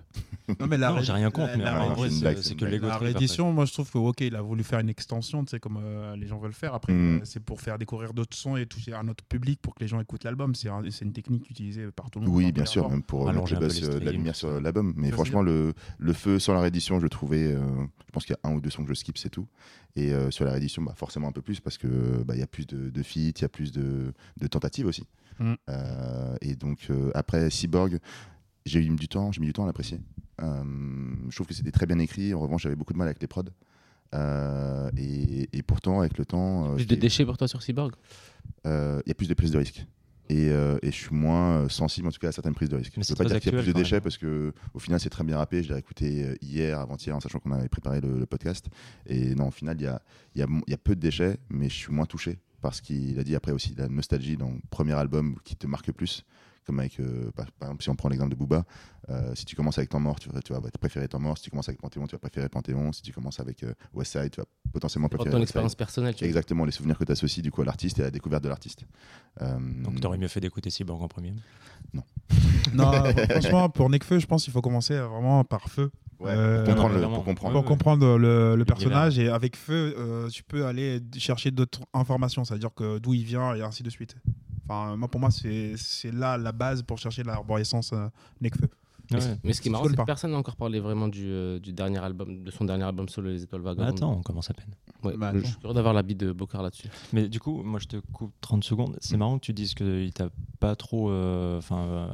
Non, mais la
non,
ré-
j'ai rien contre,
la-
mais
la
en
ré-
vrai,
c'est une
c'est
blague,
c'est
c'est une
que
blague.
l'ego
La
trip, après.
réédition, moi je trouve que ok, il a voulu faire une extension, tu sais, comme euh, les gens veulent faire. Après,
Mm.
euh, c'est pour faire découvrir d'autres sons et toucher un autre public pour que les gens écoutent l'album. C'est un- c'est une technique utilisée par tout le monde. hein,
Oui,
Enfin,
bien
peu
sûr,
importe.
même pour euh,
Allonger
mettre le
un peu
buzz,
les
euh, de la
streams,
lumière
tout
sur
ça.
l'album. Mais
Ça, c'est
franchement, le, le feu sans la réédition, je le trouvais. euh, je pense qu'il y a un ou deux sons que je skip, c'est tout. Et euh, sur la réédition, bah, forcément un peu plus parce que bah, il y a plus de, de feats, il y a plus de, de tentatives aussi.
Mm.
Euh, et donc euh, après Cyborg, j'ai eu du temps, j'ai mis du temps à l'apprécier. Euh, je trouve que c'était très bien écrit. En revanche, j'avais beaucoup de mal avec les prods. Euh, et, et pourtant, avec le temps, euh,
Plus
je
de
l'ai-
déchets pour toi sur Cyborg
euh, il y a plus de prises de risque. Et, euh, et je suis moins euh, sensible en tout cas à certaines prises de risque.
Mais
je
c'est
peux pas
très
dire qu'il y a
actuel,
plus de
quand même.
déchets parce que au final c'est très bien rappé. Je l'ai écouté euh, hier, avant-hier, en sachant qu'on avait préparé le, le podcast. Et non, au final il y a, il y a mo- il y a peu de déchets, mais je suis moins touché parce qu'il a dit après aussi la nostalgie dans le premier album qui te marque plus. Comme avec, euh, par, par exemple, si on prend l'exemple de Booba, euh, si tu commences avec Temps Mort, tu, vas- tu vas préférer Temps Mort. Si tu commences avec Panthéon, tu vas préférer Panthéon. Si tu commences avec euh, West Side, tu vas potentiellement
Pour
préférer
ton
West Side.
expérience personnelle, tu vois.
Exactement, les souvenirs que tu associes du coup à l'artiste et à la découverte de l'artiste. Euh,
Donc t'aurais mieux fait d'écouter Cyborg en premier.
Non, franchement, pour Nekfeu, je pense qu'il faut commencer euh, vraiment par feu.
ouais,
Euh,
pour comprendre, le,
vraiment.
pour comprendre.
Pour comprendre le, le
L'univers.
personnage et avec feu, euh, tu peux aller d- chercher d'autres informations, c'est-à-dire que d'où il vient et ainsi de suite. Enfin, moi, pour moi, c'est c'est là la base pour chercher l'arborescence euh, Nekfeu.
Mais ce- Mais ce qui est
Je
marrant,
peux le
c'est que
pas.
personne n'a encore parlé vraiment du, euh, du dernier album, de son dernier album solo, Les Étoiles Vagabondes.
Attends, on commence à peine.
Ouais,
Bah,
Je suis heureux d'avoir l'habit de Bocard là-dessus.
Mais du coup, moi je te coupe 30 secondes.
Mm.
C'est marrant que tu dises qu'il t'a pas trop euh, enfin, euh,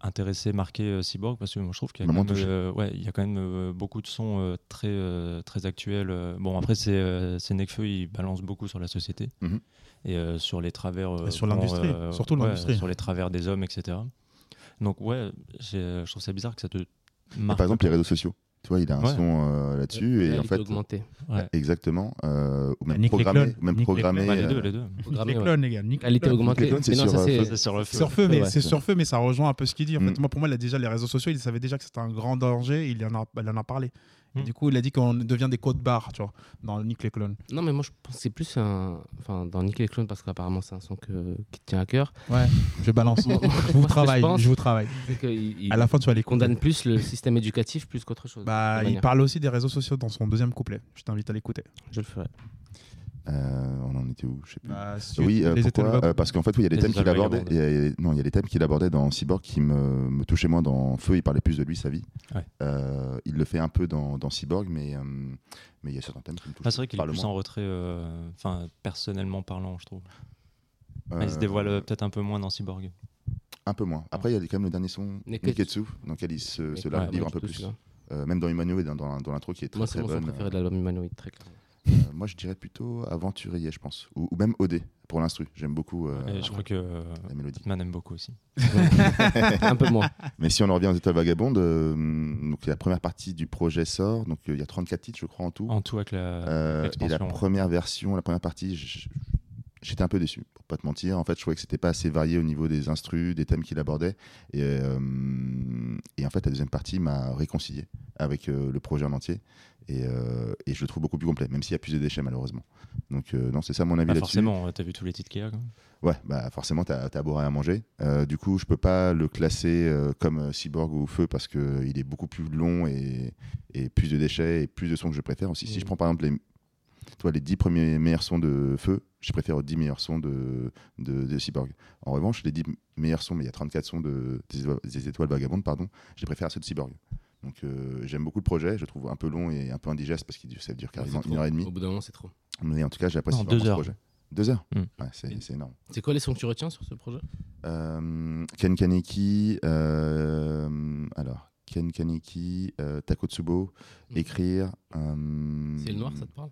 intéressé, marqué euh, Cyborg, parce que moi je trouve qu'il y, a
Mais
quand
moins
même,
Bah, touché.
euh, ouais, il y a quand même euh, beaucoup de sons euh, très, euh, très actuels. euh. Bon, après, c'est euh, c'est Nekfeu, il balance beaucoup sur la société
Mhm.
et euh, sur les travers. euh,
Et sur
comment,
l'industrie,
euh,
surtout
ouais,
l'industrie.
Sur les travers des hommes, etc. Donc, ouais, j'ai- euh, je trouve ça bizarre que ça te
Et
marque.
Par exemple, les réseaux sociaux. Tu vois, il a un
Ouais.
son euh, là-dessus et en fait, euh,
augmenté.
Ouais.
exactement, euh, ou même
Nick les
programmé,
clones.
ou même
Nick les
programmé.
Bah, les
euh,
deux, les deux.
Programmé,
les
ouais.
clones, les gars. Nick les
Qualité
clones.
augmentée.
clones, c'est
Mais non,
sur,
ça,
euh,
c'est-
C'est sur le feu.
Sur feu, mais
Ouais.
c'est sur feu, mais ça rejoint un peu ce qu'il dit. En fait,
Mm.
moi, pour moi, il a déjà les réseaux sociaux, il savait déjà que c'était un grand danger, il en a, il en a parlé. Et
Mm.
du coup, il a dit qu'on devient des codes barres, tu vois, dans Nick les clones.
Non, mais moi je pense que c'est plus un. Enfin, dans Nickel Clone, parce qu'apparemment c'est un son que... qui te tient à cœur.
Ouais, je balance.
Moi, moi,
je
moi, ce
vous
que
travaille,
je pense,
je vous travaille.
c'est qu'il il
À la fin, tu vas les
condamne plus le système éducatif plus qu'autre chose.
Bah,
de
il
manière.
parle aussi des réseaux sociaux dans son deuxième couplet. Je t'invite à l'écouter.
Je le ferai.
euh, on en était où Je sais plus.
Bah,
Suite,
oui, euh,
les
pourquoi
étoiles
Euh, parce qu'en fait, oui, il y a des
Les
thèmes qu'il
étoiles
abordait.
vagabondes.
il y a- non, il y a des thèmes qu'il abordait dans Cyborg qui me, me touchaient moins. Dans Feu, il parlait plus de lui, sa vie.
Ouais.
Euh, il le fait un peu dans, dans Cyborg, mais euh, mais il y a certains thèmes qui me touchent.
Ah, c'est vrai qu'il est
par le
plus
moins.
en retrait, euh, enfin, personnellement parlant, je trouve. Ah, il se
Euh,
dévoile euh, peut-être un peu moins dans Cyborg.
Un peu moins. Après, il y a quand même le dernier son,
Neketsu.
Neketsu, dans lequel il se, se
Mais-
la-
Ouais,
livre
moi,
un peu
du
plus.
tout, celui-là.
Euh, même dans Emmanuel, dans, dans, dans l'intro qui est très
Moi, c'est
très
mon son
bonne.
préféré de l'album Humanoid, très clairement.
Euh, moi, je dirais plutôt Aventurier, je pense. Ou, ou même OD, pour l'instru. J'aime beaucoup euh,
Et je crois que euh,
la mélodie.
Batman aime beaucoup aussi.
un peu moins.
Mais si on en revient aux étoiles vagabondes, euh, donc la première partie du projet sort. Donc, euh, il y a 34 titres, je crois, en tout.
En tout avec la.
Euh, et la
l'expansion.
première version, la première partie, j- j'étais un peu déçu, pour pas te mentir. En fait, je trouvais que c'était pas assez varié au niveau des instrus, des thèmes qu'il abordait. Et, euh, et en fait, la deuxième partie m'a réconcilié avec euh, le projet en entier. Et, euh, et je le trouve beaucoup plus complet, même s'il y a plus de déchets, malheureusement. Donc, euh, non, c'est ça mon avis
Ah,
là-dessus.
forcément, euh, t'as vu tous les titres qu'il y a. quoi.
Ouais, bah forcément, t'as as beau rien à manger. Euh, du coup, je peux pas le classer euh, comme euh, Cyborg ou Feu parce que euh, il est beaucoup plus long et, et plus de déchets et plus de sons que je préfère aussi. Si
Mm.
je prends par exemple les, toi, les 10 premiers meilleurs sons de Feu, je préfère aux 10 meilleurs sons de, de, de Cyborg. En revanche, les 10 meilleurs sons, mais il y a 34 sons de, des, étoiles, des Étoiles Vagabondes, pardon, je les préfère à ceux de Cyborg. Donc euh, j'aime beaucoup le projet, je le trouve un peu long et un peu indigeste parce qu'il ça dure
Bah, C'est
carrément
trop.
une heure et
Au
demie.
bout d'un moment, c'est trop.
Mais en tout cas, j'apprécie
Non,
vraiment
deux
ce
heures.
projet. Deux heures
Mm.
Ouais, c'est c'est énorme.
C'est quoi les sons que tu retiens sur ce projet
Euh, Ken Kaneki, euh, alors Ken Kaneki, euh, Takotsubo,
Mm.
écrire. euh,
C'est le noir, ça te parle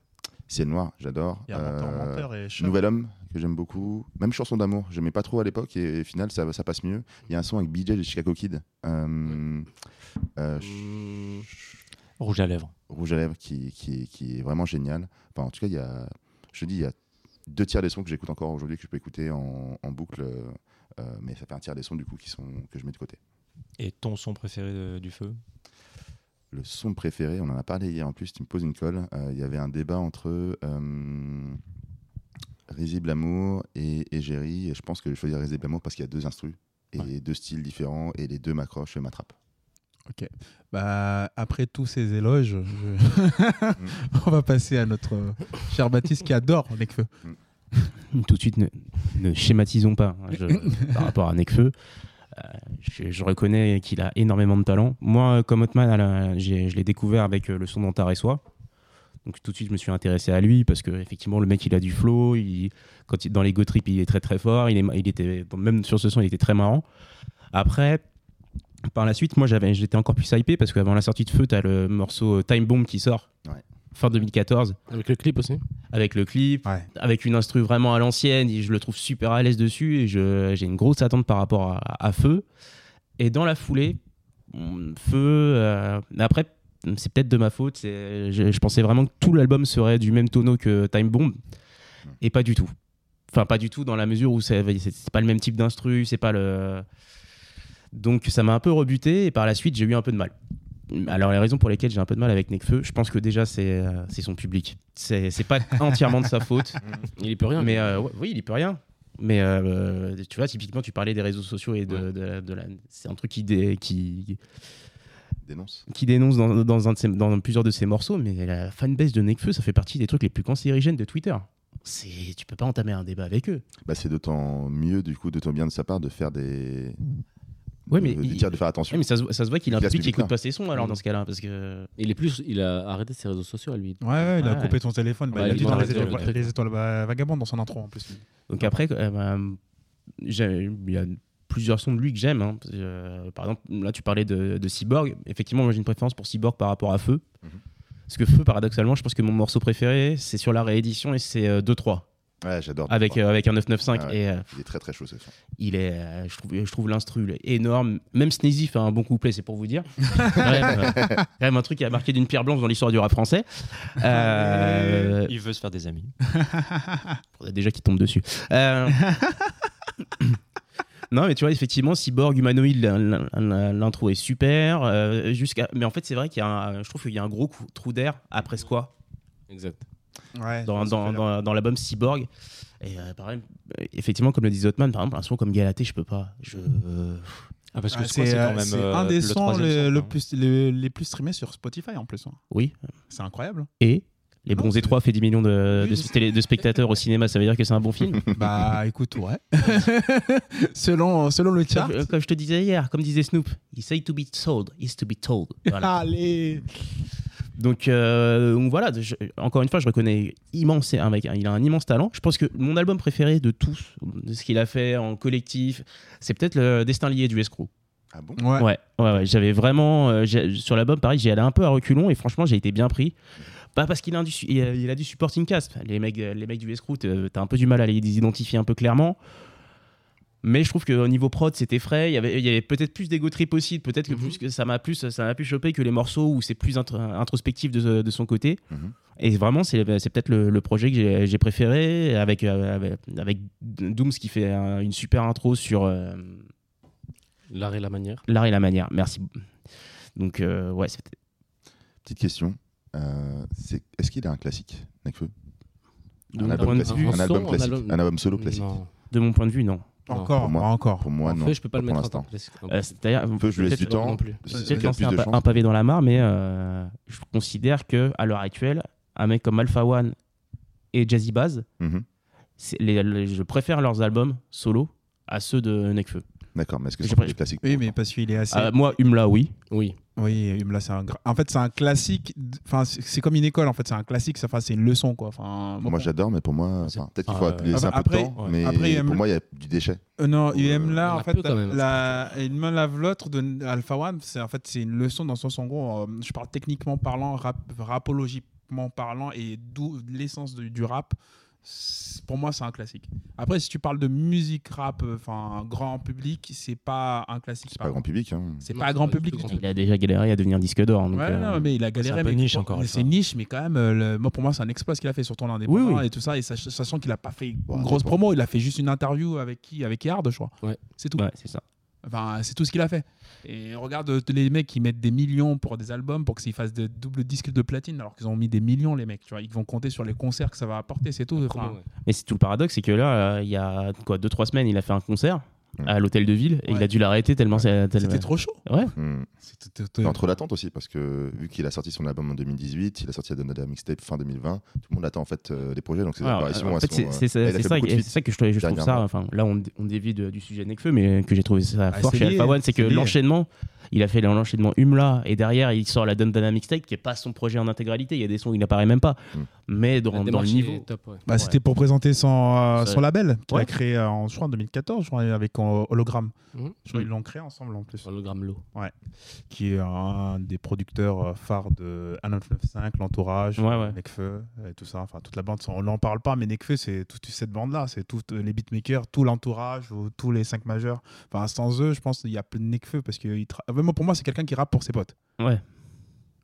Ciel noir, j'adore.
Il y a menteur,
Euh,
menteur et Chat.
Nouvel homme que j'aime beaucoup. Même chanson d'amour, j'aimais pas trop à l'époque et, au final ça, ça passe mieux. Il y a un son avec BJ de Chicago Kid, euh, euh,
Mmh.
Rouge à lèvres.
Rouge à lèvres qui, qui, est- qui est vraiment génial. Enfin, en tout cas, il y a, je te dis, il y a deux tiers des sons que j'écoute encore aujourd'hui que je peux écouter en, en boucle, euh, euh, mais ça fait un tiers des sons du coup qui sont que je mets de côté.
Et ton son préféré de- du feu
Le son préféré, on en a parlé hier en plus, tu me poses une colle. Euh, Il y avait un débat entre euh, Risible Amour et Égérie. Et je pense que je vais choisir Risible Amour parce qu'il y a deux instrus et deux styles différents et les deux m'accrochent et m'attrapent.
Bah, après tous ces éloges, je-
Mm.
on va passer à notre euh, cher Baptiste qui adore Nekfeu.
Tout de suite, ne, ne schématisons pas hein, je- par rapport à Nekfeu. Euh, je, je reconnais qu'il a énormément de talent. Moi, euh, comme Hotman, à la- j'ai- je l'ai découvert avec euh, le son d'Antar et Soi. Donc tout de suite, je me suis intéressé à lui parce que effectivement, le mec, il a du flow. Il, quand il, dans les go trip, il est très très fort. Il est, ma- il était, même sur ce son, il était très marrant. Après, par la suite, moi j'avais, j'étais encore plus hypé parce qu'avant la sortie de Feu, t'as le morceau euh, Time Bomb qui sort
Ouais.
fin 2014
Avec le clip aussi.
avec le clip,
Ouais.
avec une instru vraiment à l'ancienne. et Je le trouve super à l'aise dessus et je- j'ai une grosse attente par rapport à, à Feu. Et dans la foulée, mm, Feu. euh, après, c'est peut-être de ma faute. c'est- Je, je pensais vraiment que tout l'album serait du même tonneau que Time Bomb et pas du tout. Enfin, pas du tout dans la mesure où c'est c'est- c'est pas le même type d'instru, c'est pas le. Donc ça m'a un peu rebuté et par la suite j'ai eu un peu de mal. Alors les raisons pour lesquelles j'ai un peu de mal avec Nekfeu, je pense que déjà c'est euh, c'est son public. C'est c'est pas entièrement de sa faute,
Il y peut rien.
mais euh, ouais, oui, il y peut rien. Mais euh, tu vois, typiquement, tu parlais des réseaux sociaux et de, de- de la. C'est un truc qui, dé- qui,
Dénonce.
qui dénonce dans, dans un de ses- dans plusieurs de ses morceaux, mais la fanbase de Nekfeu, ça fait partie des trucs les plus cancérigènes de Twitter. C'est- Tu peux pas entamer un débat avec eux.
Bah, c'est d'autant mieux, du coup, d'autant bien de sa part de faire des.
Ouais,
de-
mais
de
il-
dire de faire
Ouais,
attention.
mais ça se, voit- ça se voit qu'il a
Il
un
classe
public qui
public,
écoute pas ses sons alors
Mm.
dans ce cas-là parce que
Il est plus, il a arrêté ses réseaux sociaux à lui.
Ouais, ouais, il a
Ouais.
coupé son téléphone. Bah,
Ouais,
il a
il
dit
m'a
dans les
raté le
étoiles,
truc.
les étoiles va- vagabondes dans son intro en plus. Ah,
donc après euh, bah, j'ai- il y a plusieurs sons de lui que j'aime hein. Euh, par exemple là tu parlais de, de Cyborg effectivement moi j'ai une préférence pour Cyborg par rapport à Feu
Mhm.
parce que Feu paradoxalement je pense que mon morceau préféré c'est sur la réédition et c'est euh, 2-3
Ouais, j'adore.
avec, euh, avec un 995
Ah ouais.
et euh,
Il est très très chaud ce son.
il est euh, je trouve, je trouve l'instru il est énorme même Sneezy fait un bon couplet c'est pour vous dire quand, même, euh, quand même un truc qui a marqué d'une pierre blanche dans l'histoire du rap français Euh,
Il veut se faire des amis.
Faudrait déjà qu'il tombe dessus. Euh, non, mais tu vois, effectivement, Cyborg, Humanoid, l'in- l'in- l'intro est super. euh, jusqu'à... Mais en fait, c'est vrai qu'il y a un, je trouve qu'il y a un gros coup- trou d'air après quoi
Exact.
Ouais,
dans, dans, dans, dans l'album Cyborg. Et euh, pareil, euh, effectivement, comme le disait Otman, par exemple, un son comme Galaté, je peux pas. Je...
Ah, parce que
Ah,
ce soir, c'est
euh,
quand même.
c'est
euh,
un des
le
sons
troisième
les,
son,
le
hein.
plus, les, les plus streamés sur Spotify en plus. hein.
Oui.
C'est incroyable.
Et Les
Non,
Bronzés
c'est-
3 fait 10 millions de,
Oui,
de,
je sais.
télé- de spectateurs au cinéma, ça veut dire que c'est un bon film.
bah écoute, ouais. selon, selon le chart.
comme, euh, comme je te disais hier, comme disait Snoop, il say to be sold is to be told. Voilà.
Allez
Donc, euh, donc voilà, je- encore une fois, je reconnais immense, un mec, il a un immense talent. Je pense que mon album préféré de tous, de ce qu'il a fait en collectif, c'est peut-être le Destin lié du escroc.
Ah bon
Ouais.
Ouais, ouais, ouais, j'avais vraiment euh, j'ai- sur l'album, pareil, j'ai allé un peu à reculons et franchement, j'ai été bien pris. Pas parce qu'il a, un du, su- il a, il a du supporting cast. Les mecs, euh, les mecs du escroc, t'as t'as un peu du mal à les identifier un peu clairement. Mais je trouve qu'au niveau prod, c'était frais. Il y avait, il y avait peut-être plus d'ego trip aussi. Peut-être que,
Mhm.
plus que ça m'a plus, ça m'a plus chopé que les morceaux où c'est plus intro- introspectif de, de son côté.
Mhm.
Et vraiment, c'est c'est peut-être le, le projet que j'ai- j'ai préféré avec, euh, avec, avec Dooms qui fait un- une super intro sur. euh,
L'art et la manière.
L'art et la manière, merci. Donc, euh, ouais, c'était.
Petite question. Euh, c'est- Est-ce qu'il a un classique, Nekfeu Un
mon
album
point de
classique.
vue-
Un
son,
album
un
classique.
album-
Un album solo classique.
Non.
De mon point de vue, non.
Encore,
Pour moi.
encore.
Pour moi,
En
non.
fait, je peux pas le
pour
mettre en tant
l'instant.
que classique.
Euh, C'est-à-dire.
Feu, je lui laisse du
peut-être-
temps.
non plus.
C'est
Peut-être
qu'il y a
lancer
plus
un,
de
pa-
chance.
un pavé dans la mare, mais euh, je considère que à l'heure actuelle, un mec comme Alpha One et Jazzy Baz,
Mhm.
c'est- les- les- je préfère leurs albums solo à ceux de Nekfeu.
D'accord, mais est-ce que
Je
c'est
pré-
des classiques
Oui, mais parce qu'il est assez.
Ah,
Euh, moi, Humla, oui.
Oui.
Oui, Humla, c'est un. gra- En fait, c'est un classique. d- Enfin, c'est c'est comme une école. En fait, c'est un classique. Ça, enfin, c'est une leçon, quoi. Enfin,
Moi, j'adore, mais pour moi,
C'est-
enfin, peut-être qu'il faut
Ah,
laisser un peu
après-
de temps,
ouais.
mais
Après, il aime-
pour moi, il y a du déchet.
Euh, non,
Euh,
UM-là,
il y en
en
a
fait,
peu quand même. hein,
la- une main lave l'autre de Alpha One, c'est en fait c'est une leçon dans le sens en gros, euh, je parle techniquement parlant, rap, rapologiquement parlant et d'où l'essence du, du rap. c'est- Pour moi, c'est un classique. Après, si tu parles de musique rap, euh, enfin grand public, c'est pas un classique.
C'est pas grand public. hein.
C'est
Non,
pas
c'est
grand
pas du
public.
tout
du
grand
tout.
Il a déjà galéré à devenir disque d'or. donc,
Ouais,
euh,
non, mais il a
c'est
galéré.
un peu
mais
niche
pour-
encore,
mais
Alpha.
C'est niche, mais quand même, euh, le- moi pour moi, c'est un exploit ce qu'il a fait, surtout en indépendant
oui.
et tout ça. Et sach- sachant qu'il a pas fait une
Ouais,
grosse
indépendant.
promo, il a fait juste une interview avec qui Avec Yard, je crois.
Ouais.
C'est tout.
ouais, c'est ça.
Enfin, c'est tout ce qu'il a fait. Et regarde euh, les mecs qui mettent des millions pour des albums pour qu'ils fassent des doubles disques de platine alors qu'ils ont mis des millions les mecs. Tu vois, ils vont compter sur les concerts que ça va apporter, c'est tout. Enfin,
Ah, Ouais.
Mais c'est tout le paradoxe, c'est que là, euh, il y a quoi, deux trois semaines, il a fait un concert
Ouais.
à l'hôtel de ville et
Ouais.
il a dû l'arrêter tellement c'est- tellement-
C'était trop chaud.
Ouais.
Hmm.
C'était-
Et entre l'attente aussi, parce que vu qu'il a sorti son album en 2018, il a sorti Adonada Mixtape fin 2020, tout le monde attend en fait euh, des projets, donc ses
Alors,
apparitions,
Ah, en
elles
fait, c'est
sont,
c'est
euh,
ça,
elle a
c'est
fait
ça,
beaucoup de
et
feats.
c'est ça que je, trouve- je trouve ça.
dernièrement.
Enfin, là, on, on dévie de- du sujet Nekfeu, mais que j'ai trouvé ça
Ah,
fort
c'est
chez
lié,
Alpha One, c'est
c'est
que
lié.
l'enchaînement Il a fait l'enchaînement Humla et derrière il sort la Dundana Mixtape qui est pas son projet en intégralité. Il y a des sons où il n'apparaît même pas.
Mm.
Mais dans,
La
dans
démarche
le
est
niveau.
top, ouais.
Bah,
Ouais.
C'était pour présenter son, euh,
Ça-
son label qu'il
Ouais.
a créé euh, en, je crois, en 2014, je crois, avec euh, Hologram.
Mhm.
Je crois
Mhm.
qu'ils l'ont créé ensemble en plus.
Hologramme low.
Qui est un des producteurs euh, phares de 1995, l'entourage,
Ouais, ouais.
Nekfeu et tout ça. Enfin, toute la bande, ça, on n'en parle pas, mais Nekfeu, c'est toute cette bande-là. C'est tous euh, les beatmakers, tout l'entourage, ou tous les cinq majeurs. Enfin, sans eux, je pense qu'il y a plus de Nekfeu parce que il tra- vraiment, pour moi, c'est quelqu'un qui rappe pour ses potes.
Ouais.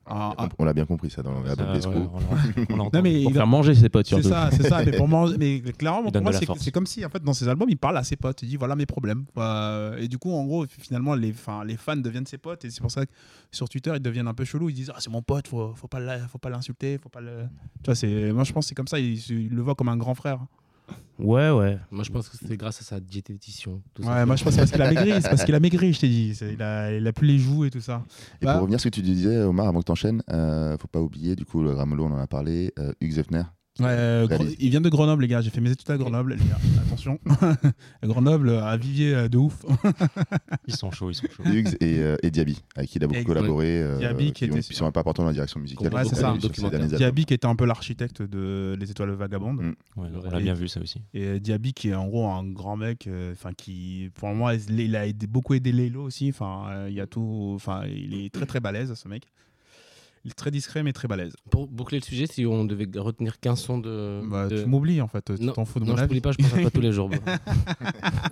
Un- un-
On, on l'a Ah, bah, bien compris ça dans la
Ça,
Bob
ouais,
Desco.
on l'a- on l'a
Non,
entendu.
mais
Pour
il a-
faire manger ses potes
C'est
surtout.
ça, c'est ça. Mais, pour manger- mais clairement,
Il
pour
donne
moi,
de la
c'est
force.
c'est comme si, en fait, dans ses albums, il parle à ses potes. Il dit voilà mes problèmes. Euh, et du coup, en gros, finalement, les, enfin, les fans deviennent ses potes. Et c'est pour ça que sur Twitter, ils deviennent un peu chelous. Ils disent ah, c'est mon pote, faut, faut pas la- faut pas l'insulter, faut pas le. Tu vois, c'est. Moi, je pense que c'est comme ça. Il, il le voit comme un grand frère.
Ouais, ouais.
Moi, je pense que c'est grâce à sa diététicienne. tout
Ouais, moi, je pense que c'est parce qu'il a maigri. C'est parce qu'il a maigri, je t'ai dit. C'est- Il a, il a plus les joues et tout ça.
Et
Bah.
pour revenir à ce que tu disais, Omar, avant que tu enchaînes, faut pas oublier, du coup, le Ramelot, on en a parlé, euh, Hugues Zefner.
Ouais, euh, Gre-
Réalise.
il vient de Grenoble, les gars. J'ai fait mes études à Grenoble, les gars. Attention, Grenoble, un vivier euh, de ouf.
Ils sont chauds, ils sont chauds.
Hugues et, euh, et Diaby, avec qui il a beaucoup
Exact.
collaboré. euh,
Diaby qui était-
ont- qui sont importants dans la direction musicale. euh,
Ouais, c'est ça.
sur ces derniers albums.
Diaby qui était un peu l'architecte de Les Étoiles Vagabondes.
Ouais, on l'a bien vu ça aussi.
Et euh, Diaby qui est en gros un grand mec, euh, enfin qui pour moi il il a aidé, beaucoup aidé Lelo aussi. Enfin euh, il y a tout, enfin il est très très balèze ce mec. Il est très discret mais très balèze.
Pour boucler le sujet, si on devait retenir qu'un son de.
Bah,
Euh, de-
Tu m'oublies en fait, tu
Non,
t'en fous de
non,
mon
je
avis.
ne pas, je pense à toi tous les jours. bon.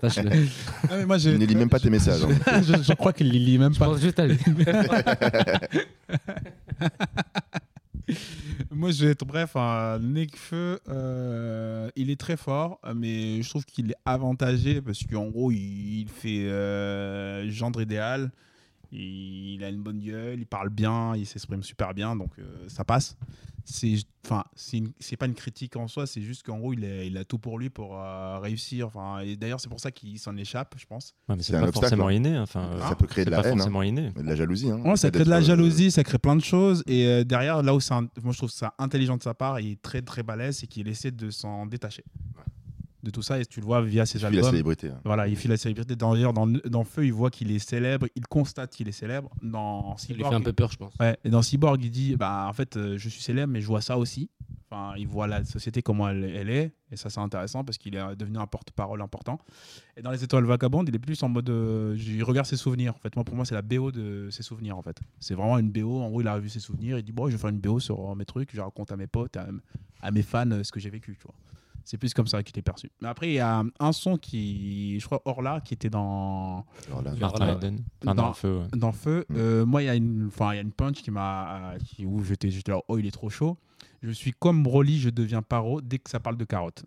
Sache-le.
Ah, mais moi, je-
Il ne lit même pas tes messages. hein.
je, je crois qu'il les lit même
Je
pas.
pense juste à lui.
Moi je vais être bref, hein, Nekfeu, euh, il est très fort, mais je trouve qu'il est avantagé parce qu'en gros il, il fait euh, gendre idéal. Il a une bonne gueule, il parle bien, il s'exprime super bien, donc euh, ça passe. C'est, enfin, c'est, une- c'est pas une critique en soi, c'est juste qu'en gros, il a, il a tout pour lui pour euh, réussir. Enfin, et d'ailleurs, c'est pour ça qu'il s'en échappe, je pense.
Ouais, mais
C'est
c'est
un
pas
obstacle,
forcément
hein.
inné. Enfin, euh,
Ça peut créer
c'est
de la
pas
haine, hein.
forcément inné.
de la jalousie. hein.
Ouais, ça
peut
crée de la
d'être, euh,
jalousie, ça crée plein de choses. Et euh, derrière, là où c'est un- moi je trouve ça intelligent de sa part, il est très très balèze, c'est qu'il essaie de s'en détacher de tout ça. Et tu le vois via ses
puis la
albums.
célébrité. hein.
Voilà, il file la célébrité. Dans, d'ailleurs, dans, dans Feu, il voit qu'il est célèbre, il constate qu'il est célèbre. Dans
Il lui
Cyborg,
fait un peu peur, je pense.
Ouais, et dans Cyborg, il dit bah, en fait, euh, je suis célèbre, mais je vois ça aussi. Enfin, il voit la société, comment elle, elle est. Et ça, c'est intéressant parce qu'il est euh, devenu un porte-parole important. Et dans Les Étoiles Vagabondes, il est plus en mode. euh, j- il regarde ses souvenirs. En fait, moi, pour moi, c'est la BO de ses souvenirs. En fait, c'est vraiment une BO. En gros, il a revu ses souvenirs. Il dit bon, je vais faire une BO sur euh, mes trucs. Je raconte à mes potes, à, à mes fans, euh, ce que j'ai vécu. Tu vois. C'est plus comme ça qu'il est perçu. Mais après, il y a un son qui, je crois, Orla, qui était dans
Alors là,
Martin
Voilà.
Eden. Enfin,
Dans-
dans le feu, ouais.
dans Feu,
Mm.
euh, moi, il y, a une- enfin, il y a une punch qui m'a. euh, qui- où j'étais j'étais là, oh, il est trop chaud. Je suis comme Broly, je deviens paro dès que ça parle de carotte.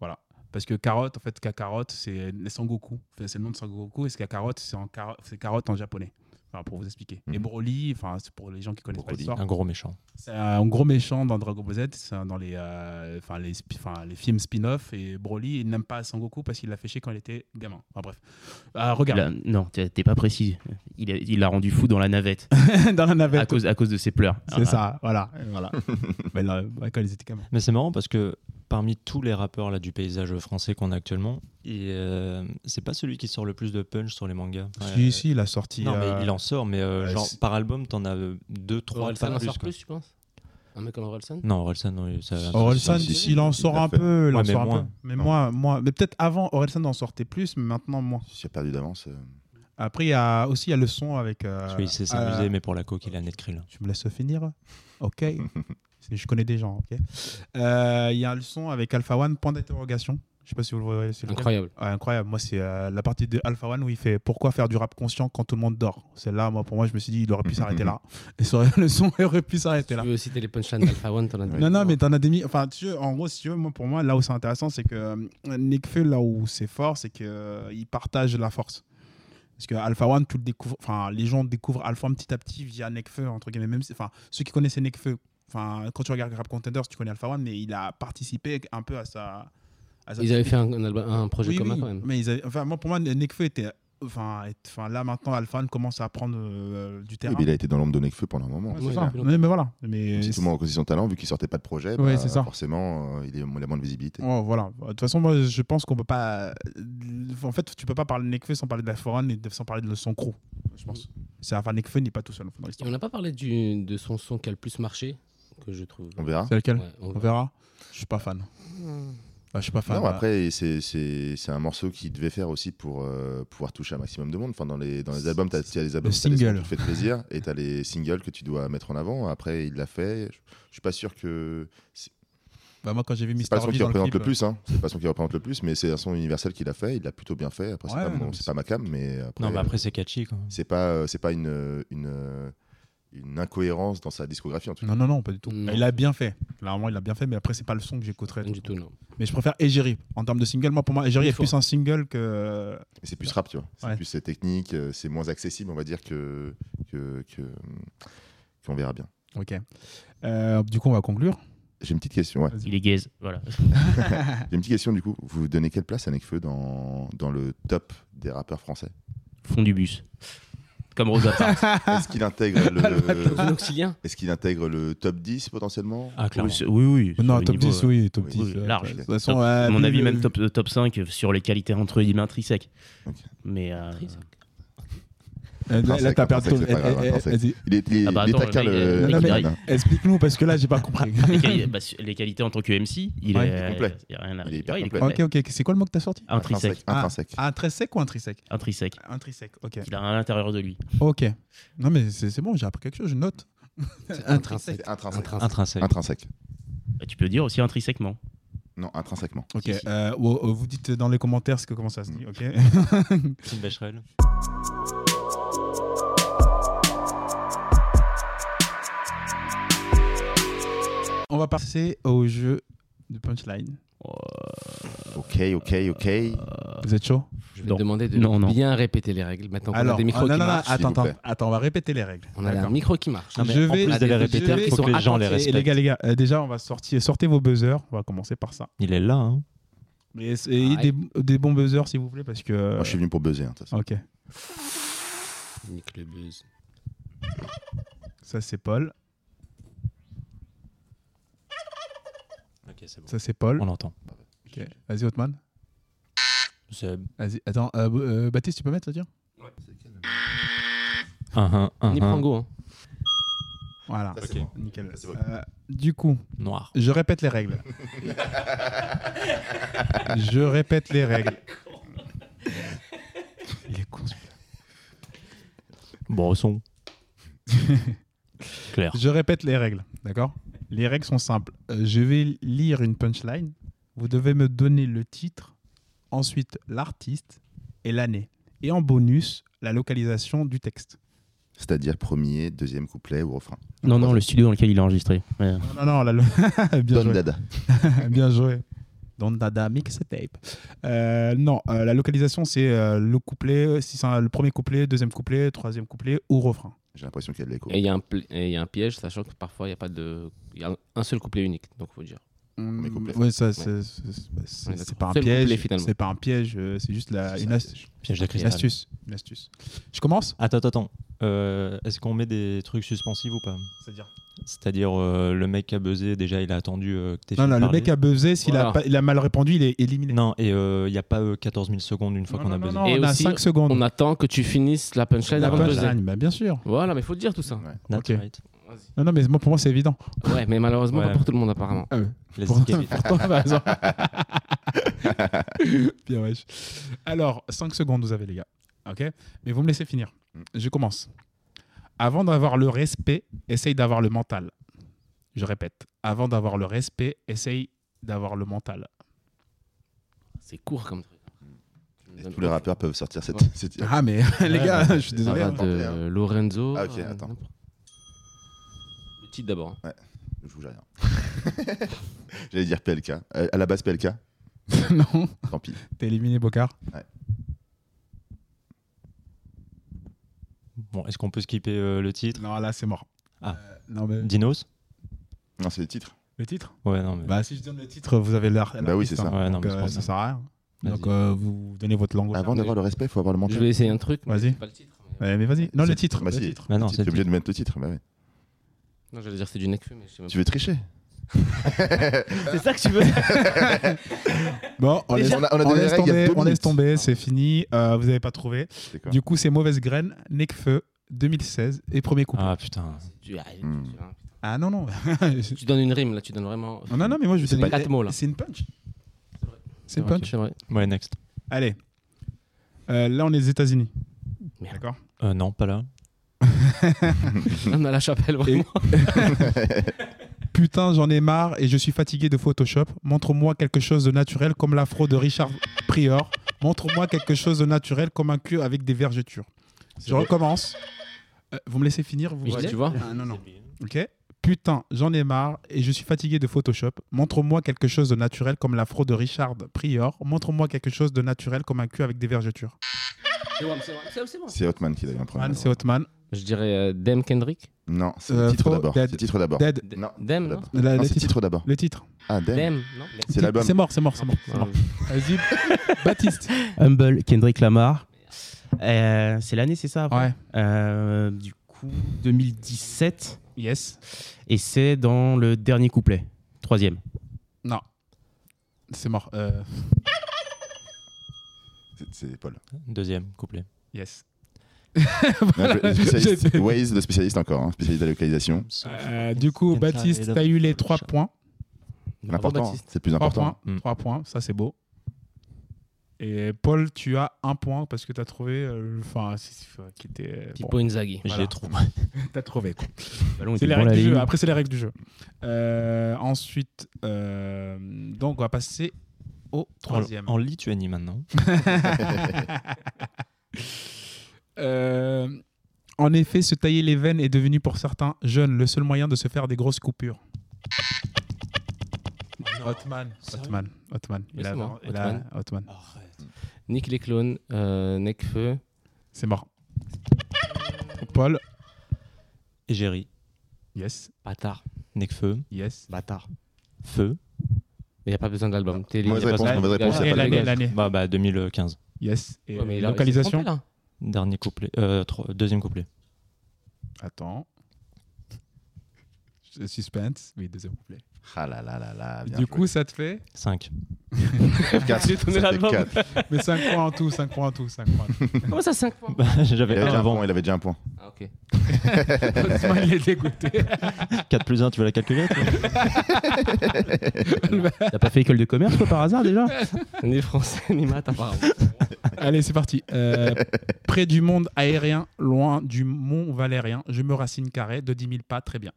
Voilà. Parce que carotte, en fait, Kakarotte, c'est les Sangoku. Enfin, c'est le nom de Sangoku. Et ce Kakarotte, c'est en caro- c'est carotte en japonais. Enfin, pour vous expliquer.
Mm.
Et Broly, enfin, c'est pour les gens qui connaissent
Broly.
pas l'histoire.
un gros méchant.
C'est un gros méchant dans Dragon Ball Z, c'est un- dans les, euh, enfin, les, spi- enfin, les films spin-off. Et Broly, il n'aime pas Sangoku parce qu'il l'a fait chier quand il était gamin. Enfin, bref. Ah, regarde,
Là, non, t'es t'es pas précis. Il a- il l'a rendu fou dans la navette
dans la
à
navette.
cause, à cause de ses pleurs.
C'est ça, voilà. Bah, voilà. Mais là, ouais, quand ils étaient comme-
Mais c'est marrant parce que parmi tous les rappeurs là, du paysage français qu'on a actuellement, il, euh, c'est pas celui qui sort le plus de punch sur les mangas. Ouais.
Si, si, il a sorti.
Non,
euh,
mais il en sort, mais euh,
euh,
genre
c'est-
par album, t'en as euh, deux, trois,
Orelsan
pas
en
plus.
sort
quoi.
plus, je pense. Un mec comme Orelsan
Non, Orelsan, non, ça.
Orelsan,
si, si,
s'il en sort
il l'a
un
fait.
peu, il en
Ouais, mais
sort un
moins.
peu. Mais moi, moi, mais peut-être avant, Orelsan en sortait plus, mais maintenant moins.
si j'ai perdu d'avance. euh,
Après, il y a aussi il y a le son avec. euh,
Parce qu'il sait
euh,
s'amuser, mais pour la coque, il a net krill.
Tu me laisses finir Ok. Je connais des gens, ok. Euh, Il y a le son avec Alpha One, point d'interrogation. Je sais pas si vous le voyez. c'est lequel.
Incroyable.
Ouais, incroyable. Moi, c'est euh, la partie de Alpha One où il fait Pourquoi faire du rap conscient quand tout le monde dort Celle-là, moi, pour moi, je me suis dit, il aurait pu s'arrêter là. Et ça aurait- le son aurait pu s'arrêter
Tu
là.
veux citer les punchlines d'Alpha One, t'en as
Non, non, mais t'en as des mi- Enfin, tu veux, en gros, si tu veux, moi, pour moi, là où c'est intéressant, c'est que euh, Nekfeu, là où c'est fort, c'est qu'il partage la force. Parce que Alpha One, tout le découvre, enfin, les gens découvrent Alpha One petit à petit via Nekfeu, entre guillemets. Même, si- enfin, ceux qui connaissaient Nekfeu, enfin, quand tu regardes Rap Contenders, tu connais Alpha One, mais il a participé un peu à sa. à sa-
Ils avaient fait un, un album- un projet
Oui,
commun
oui,
quand même.
Mais ils avaient- enfin, moi, pour moi, Nekfeu était enfin, être- enfin, là maintenant, Alpha commence à prendre euh, du terrain.
Oui, mais il a été dans l'ombre de Nekfeu pendant un moment.
Ouais,
Oui,
c'est
il a
ça.
plus longtemps.
Mais, mais voilà. Mais
Si tout le monde reconnaît son talent, vu qu'il sortait pas de projet,
Ouais,
bah,
c'est ça.
forcément, euh, il, est, il a moins de visibilité.
Ouais, voilà. Bah, De toute façon, moi, je pense qu'on peut pas. euh, En fait, tu peux pas parler de Nekfeu sans parler de la Foran et de- sans parler de son crew. Je pense. C'est enfin Nekfeu n'est pas tout seul dans
Et
l'histoire.
on n'a pas parlé du, de son son qui a le plus marché, que je trouve.
On verra.
C'est lequel
Ouais, on
On
verra.
verra. Je suis pas fan. Bah, je suis pas fan.
Non, après, c'est- c'est c'est un morceau qu'il devait faire aussi pour euh, pouvoir toucher un maximum de monde. Enfin, dans les, dans les albums, tu as, les albums
Le
t'as les sons
single.
qui te font plaisir et tu as les singles que tu dois mettre en avant. Après, il l'a fait. Je je suis pas sûr que.
Bah, moi, quand j'ai vu
C'est
Mister
pas le son
V
qui
dans le
représente
clip,
le plus. Hein. C'est pas le son qui représente le plus, mais c'est un son universel qu'il a fait. Il l'a plutôt bien fait. Après, c'est
Ouais,
pas, mon-
non,
c'est pas ma cam, mais après.
Non, mais après, c'est catchy. Quoi.
c'est pas, euh, c'est pas une, euh, une, euh, une incohérence dans sa discographie en tout cas.
Non, non, non, pas du tout.
Non.
Il a bien fait. Clairement, il a bien fait, mais après, c'est pas le son que j'écouterais.
Rien du tout, non.
Mais je préfère Égérie. En termes de single, moi, pour moi, Égérie
Oui,
est
faut-
plus un single que. euh,
Mais C'est plus rap, tu vois. C'est
Ouais.
plus euh, technique, euh, c'est moins accessible, on va dire, que que- que- qu'on verra bien.
Ok. Euh, du coup, on va conclure.
J'ai une petite question. ouais.
Il est gaze, voilà.
J'ai une petite question du coup. Vous donnez quelle place à Nekfeu dans, dans le top des rappeurs français
Fond du bus. Comme Rosa Parks.
Est-ce qu'il intègre le
L'auxilien
Est-ce qu'il intègre le top 10 potentiellement
Ah, clairement.
oui, c'est- oui, oui, sur
Non,
le
top
niveau,
10, oui, top
oui,
10.
oui,
euh,
large.
De toute façon,
Top-
euh,
à mon
vu
avis,
le-
même top, top 5 sur les qualités entre guillemets intrinsèques.
Ok.
Mais euh,
Euh, là,
Intrinsèque,
t'as perdu ton.
intrinsèque, Ah, c'est pas grave,
eh, eh, eh,
intrinsèque.
vas-y.
Il est, il est,
Ah bah
il est
attends,
taquin,
le mec,
le-
le mec,
le
il
Zidane,
arrive.
hein.
Explique-nous parce que là j'ai pas compris.
les, quali- bah, su- les qualités en tant que MC, il
Ouais,
est,
il
est complet.
y a rien à-
Il est hyper
ouais,
complet.
ok, ok, c'est quoi le mot que t'as sorti
Intrinsèque.
Intrinsèque. Intrinsèque.
Intrinsèque Ah, ou intrinsèque
Intrinsèque.
Intrinsèque, ok.
Il a à l'intérieur de lui.
Ok. Non mais c'est c'est bon, j'ai appris quelque chose, je note.
intrinsèque.
C'est Intrinsèque.
Intrinsèque.
Intrinsèque.
Bah, tu peux dire aussi intrinsèquement.
Non, intrinsèquement.
Ok.
Si, si.
euh, ou- ou vous dites dans les commentaires ce que comment ça se dit, ok
Tim Becherel.
On va passer au jeu de punchline.
Ok, ok, ok.
Vous êtes chaud
Je vais
Non.
te demander de
Non, non.
bien répéter les règles. Maintenant, qu'on a des micros
ah, non, non,
qui
non,
marchent.
attends,
s'il vous
attends,
plaît.
attends, on va répéter les règles.
On a un
D'accord.
micro qui marche.
Non, mais
Je
en
vais-
plus de les
je
répéter,
vais-
il faut que les gens les
Et les
Et
respectent.
les gars, les gars, euh, déjà on va sortir, sortez vos buzzers. On va commencer par ça.
Il est là. Hein.
Mais essayez
Ouais.
des, des bons buzzers s'il vous plaît parce que. euh,
Moi, je suis venu pour buzzer. hein, de toute façon.
Ok.
Nique le buzz.
Ça c'est Paul.
Ok, c'est bon.
Ça c'est Paul.
On l'entend.
Ok. Vas-y Otman.
C'est
Vas-y. Attends, euh, euh, Baptiste, tu peux mettre ça dire
un, un, un,
Ni
un.
Prango, hein.
Voilà.
Ça, c'est bon.
Nickel.
Ça, c'est bon.
Euh, du coup,
noir.
je répète les règles. je répète les règles. Il est con. celui-là.
Bresson. Claire.
Je répète les règles, d'accord Les règles sont simples. Euh, je vais lire une punchline. Vous devez me donner le titre, ensuite l'artiste et l'année. Et en bonus, la localisation du texte.
C'est-à-dire premier, deuxième couplet ou refrain.
Non, non, le studio dans lequel il a enregistré. Ouais.
Non, non, non, la lo- bien
Don
joué.
Dada.
Bien joué. Dans Dada Mixtape. Euh, non, euh, la localisation, c'est euh, le couplet, si c'est un- le premier couplet, deuxième couplet, troisième couplet ou refrain.
J'ai l'impression qu'il y a de l'écho.
Et il y, a un pl- et il y a un piège, sachant que parfois, il n'y a pas de. Il y a un seul couplet unique, donc il faut dire.
Premier couplet.
Oui, ça, c'est- c'est- c'est
Ouais,
c'est
d'accord.
pas, un
C'est le couplet,
piège.
finalement.
C'est pas un piège, euh, c'est juste la,
C'est
une,
ça,
as-
Piège de
une
cristal.
astuce, une astuce. Je commence
Attends, attends, attends. Euh, Est-ce qu'on met des trucs suspensifs ou pas
C'est-à-dire
C'est-à-dire, euh, le mec qui a buzzé, déjà, il a attendu euh, que t'aies
Non,
fini
non,
de
le
parler.
mec a buzzé, s'il a,
Voilà.
pas- il a mal répondu, il est éliminé.
Non, et il n'y a pas euh, 14 000 secondes une fois
Non,
qu'on a
non,
buzzé.
non,
Et
on a
aussi,
5 secondes.
On attend que tu finisses la punchline
la
avant de buzzer.
punchline, bah, bien sûr.
Voilà, mais il faut le dire tout ça.
That's
Ok.
right.
Non, non, mais moi, pour moi, c'est évident.
Ouais, mais malheureusement,
Ouais.
pas pour tout le monde, apparemment.
Les
Pour-
escapes.
Pourtant, par exemple. Bien, wesh. Alors, 5 secondes, vous avez, les gars. OK Mais vous me laissez finir. Je commence. Avant d'avoir le respect, essaye d'avoir le mental. Je répète. Avant d'avoir le respect, essaye d'avoir le mental.
C'est court comme truc. Tu me
Et
donnes
Tous les
aucun-
rappeurs peuvent sortir cette.
Ouais.
cette-
Ah, mais les gars, je suis
Ça
désolé.
va
hein.
de
Tenté,
Lorenzo.
Ah, ok,
euh,
attends.
n'importe. Le titre d'abord. hein.
Je vous dis rien. J'allais dire PLK. Euh, À la base, PLK.
non,
Tant pis.
t'es éliminé, Bocard.
Bon, est-ce qu'on peut skipper euh, le titre
Non, là, c'est mort.
Ah.
Euh, non, mais...
Dinos
Non, c'est le titre.
Le titre
Ouais, non, mais.
Bah, si je donne le titre, vous avez l'art.
Bah oui, c'est ça.
Ouais, non, mais
Donc,
c'est
euh,
pas
ça
ça.
sert à rien. Donc
Vas-y.
euh, vous donnez votre langue. au
Avant
chat.
d'avoir le respect, il faut avoir le
Je
mental.
vais essayer un truc. mais
Vas-y.
c'est pas le titre. mais-
Ouais, mais vas-y. Non, le
C'est-
titre.
bah,
le
si.
titre.
Bah non,
Tu
c'est
es
le
obligé de mettre le titre. bah ouais.
Non, j'allais dire c'est du Nekfeu, mais je sais même
Tu veux tricher
C'est ça que tu veux
Bon, on
Mais
laisse,
j'ai- on a- on a
on
donné
laisse
la règle il y a
tomber,
deux
on laisse
minutes. Ah.
tomber, c'est fini. Euh, vous n'avez pas trouvé.
C'est quoi
Du coup, c'est Mauvaise Graine, Necfeu, 2016 et premier coup. Ah,
Ah putain.
tu, ah, tu-
Hmm.
tu- hein.
non, non.
Tu donnes une rime, là, tu donnes vraiment.
non, non, mais moi je
C'est
vais donner-
pas quatre mots, là.
C'est une punch.
vrai.
C'est une punch.
C'est vrai.
Ouais, next.
Allez. Euh, là, on est aux États-Unis.
Merde.
D'accord
Euh, non, pas là.
On a la chapelle, vraiment.
Putain, j'en ai marre et je suis fatigué de Photoshop. Montre-moi quelque chose de naturel comme l'afro de Richard Prior. Montre-moi quelque chose de naturel comme un cul avec des vergetures. Je recommence. Euh, vous me laissez finir vous
Mais je
voyez
dis, tu vois
Ah, Non, non. Ok. Putain, j'en ai marre et je suis fatigué de Photoshop. Montre-moi quelque chose de naturel comme l'afro de Richard Prior. Montre-moi quelque chose de naturel comme un cul avec des vergetures.
C'est bon, c'est bon, c'est bon, c'est bon.
C'est Hotman qui l'a eu en premier.
Man, c'est Hotman.
Je dirais euh, Dem Kendrick.
Non, c'est
Euh,
le titre
faux,
d'abord.
dead.
C'est le titre d'abord.
Dead.
D-
Non,
Dem, non
d'abord.
La-
Non,
le,
c'est le
titre.
titre d'abord.
le titre.
Ah, Dem.
Dem, non
C'est l'album.
C'est mort, c'est mort, c'est mort. c'est mort. Vas-y, Baptiste.
Humble, Kendrick Lamar. Euh, c'est l'année, c'est ça après
Ouais.
Euh, Du coup, 2017.
Yes.
Et c'est dans le dernier couplet, troisième.
Non. C'est mort. Euh,
C'est- C'est Paul.
Deuxième couplet.
yes.
Non, je- le spécialiste-
J'étais-
Waze, le spécialiste encore, hein, spécialiste de la localisation.
Euh, du coup, Baptiste, t'as eu les trois points.
L'important,
Baptiste.
c'est le plus
Trois
important.
points.
Mm.
Trois points. Ça, c'est beau. Et Paul, tu as un point parce que tu as trouvé. euh, Enfin, c'est- c'est- faut- qui était. euh,
Tipo
Bon,
Inzaghi.
Je
Voilà.
l'ai trouvé.
t'as trouvé. quoi.
Le ballon
C'est
était
les
devant
règles
la
du jeu.
ligne.
Après, c'est les règles du jeu. Euh, ensuite, euh, donc, on va passer au troisième.
En, en Lituanie maintenant.
Euh, en effet, se tailler les veines est devenu pour certains jeunes le seul moyen de se faire des grosses coupures. Hotman. Hotman. Hotman.
Mais
Il a-
c'est moi,
il a- Hotman.
Nick les clones, euh, Nekfeu.
C'est mort. Paul.
Égérie.
Yes.
Bâtard.
Necfeu.
Yes.
Bâtard.
Feu.
Mais y a pas besoin de l'album. T'es
Mauvaise
libre.
réponse,
Ouais,
mauvaise réponse,
ouais,
y a pas de
ouais,
L'année,
ouais,
l'année.
Bah, bah 2015.
Yes. Et
mais il a- il s'est
localisation.
trompé, là.
Dernier couplet. Euh, tro- deuxième couplet.
Attends. Suspense. Oui, deuxième couplet.
Ah là là là là. bien
Du
joué.
coup, ça te fait
5.
Quatre,
J'ai tourné
ça fait
l'album.
quatre.
Mais 5 points en tout, 5 points en tout, 5 points. en tout.
Comment ça, 5 points
Il
J'avais
avait
un
déjà un
avant.
point, il avait déjà un point.
Ah, ok.
Hotman, il est dégoûté.
4 plus 1, tu veux la calculer toi
T'as pas fait école de commerce, quoi, par hasard déjà
Ni français, ni maths, apparemment.
Allez, c'est parti. Euh, près du monde aérien, loin du mont valérien, je me racine carré de 10 000 pas, très bien.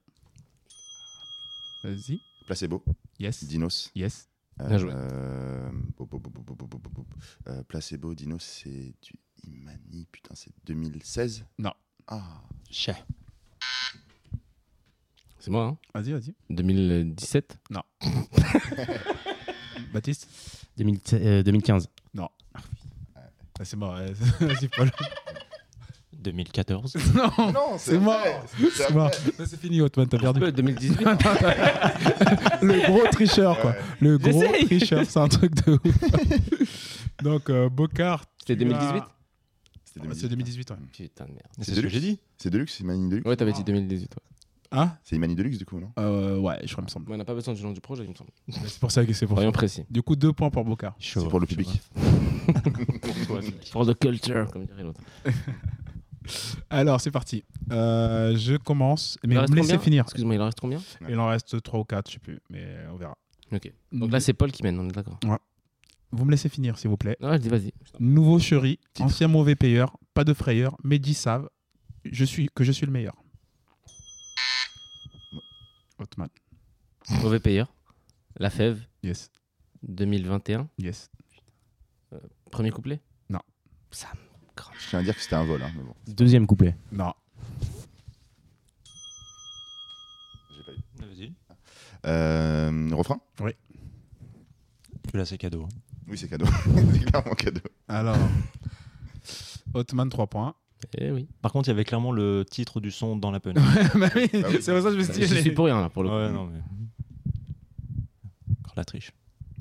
Vas-y.
Placebo,
Yes.
Dinos.
Yes.
Euh,
Bien joué.
euh, bo- bo- bo- bo- bo- bo- bo- bo- bo- bo- euh, Placebo, Dinos, c'est du Imani. Putain, c'est 2016
Non.
Ah,
C'est moi, hein
Vas-y, vas-y.
2017.
Baptiste
2000 euh, 2015.
Ah, C'est mort. ouais. Vas-y, Paul.
2014.
non,
non,
c'est mort. C'est mort. Ça, C'est fini, Hotman, t'as perdu.
Euh, 2018.
Le gros tricheur, quoi. Le gros
J'essaye.
tricheur, c'est un truc de ouf. Donc, euh, Bocard.
C'était
tu
2018
as-
C'est
C'est 2018, ouais.
Ah. Putain de merde.
C'est ce que j'ai dit.
C'est Deluxe, c'est Imani Deluxe.
Ouais, t'avais dit 2018. Ouais.
Hein
C'est Imani Deluxe du coup, non
Euh, Ouais, je crois, il me semble.
Mais on n'a pas besoin du nom du projet, il me semble.
C'est pour ça que c'est pour ça.
Rien précis.
Du coup, deux points pour Bocard.
C'est pour le public.
For the culture, comme dirait l'autre.
Alors, c'est parti. Euh, je commence, mais
Il
vous
en reste
me laissez
combien
finir.
Excuse-moi, il en reste combien
Il en reste 3 ou 4, je sais plus, mais on verra.
Ok. Donc là, c'est Paul qui mène, on est d'accord.
Vous me laissez finir, s'il vous plaît.
Non, je dis vas-y.
Nouveau chéri, ancien mauvais payeur, pas de frayeur, mais dis savent je suis, que je suis le meilleur. Hotman.
Mauvais payeur. La fève.
Yes,
2021.
yes.
Premier couplet
Non.
Ça me crame.
Je tiens à dire que c'était un vol, hein, mais bon.
Deuxième couplet.
Non.
J'ai pas eu.
Ah,
Euh, refrain
Tu là, c'est cadeau. hein.
Oui, c'est cadeau. c'est clairement cadeau.
Alors, Hotman, 3 points.
Eh oui.
Par contre, il y avait clairement le titre du son dans la peine.
Bah oui,
Ah oui.
c'est pour ça que je me suis
Je
dit.
suis pour rien là pour le coup.
ouais, non, mais. Encore la triche.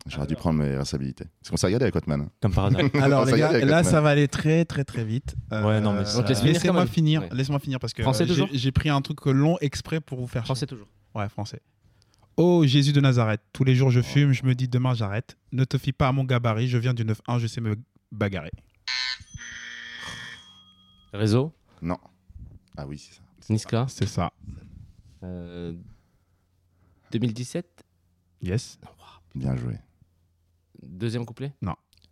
J'aurais dû prendre mes responsabilités. Parce qu'on s'est regardé avec Hotman. hein.
comme par hasard.
Alors les
Ça y est,
gars,
avec
là
Hotman.
ça va aller très très très vite.
Ouais, non, mais
Euh,
ça- Donc,
laisse finir
laissez-moi
quand même.
finir,
Ouais.
laissez-moi finir parce que
Français
euh,
toujours
j'ai j'ai pris un truc long exprès pour vous faire.
Français toujours.
chier. Ouais, français. Oh Jésus de Nazareth, tous les jours je fume, je me dis demain j'arrête. Ne te fie pas à mon gabarit, je viens du 9-1, je sais me bagarrer.
Réseau,
Non. Ah oui, c'est ça.
Niska.
C'est ça.
euh, 2017,
Yes.
Bien joué.
deuxième couplet.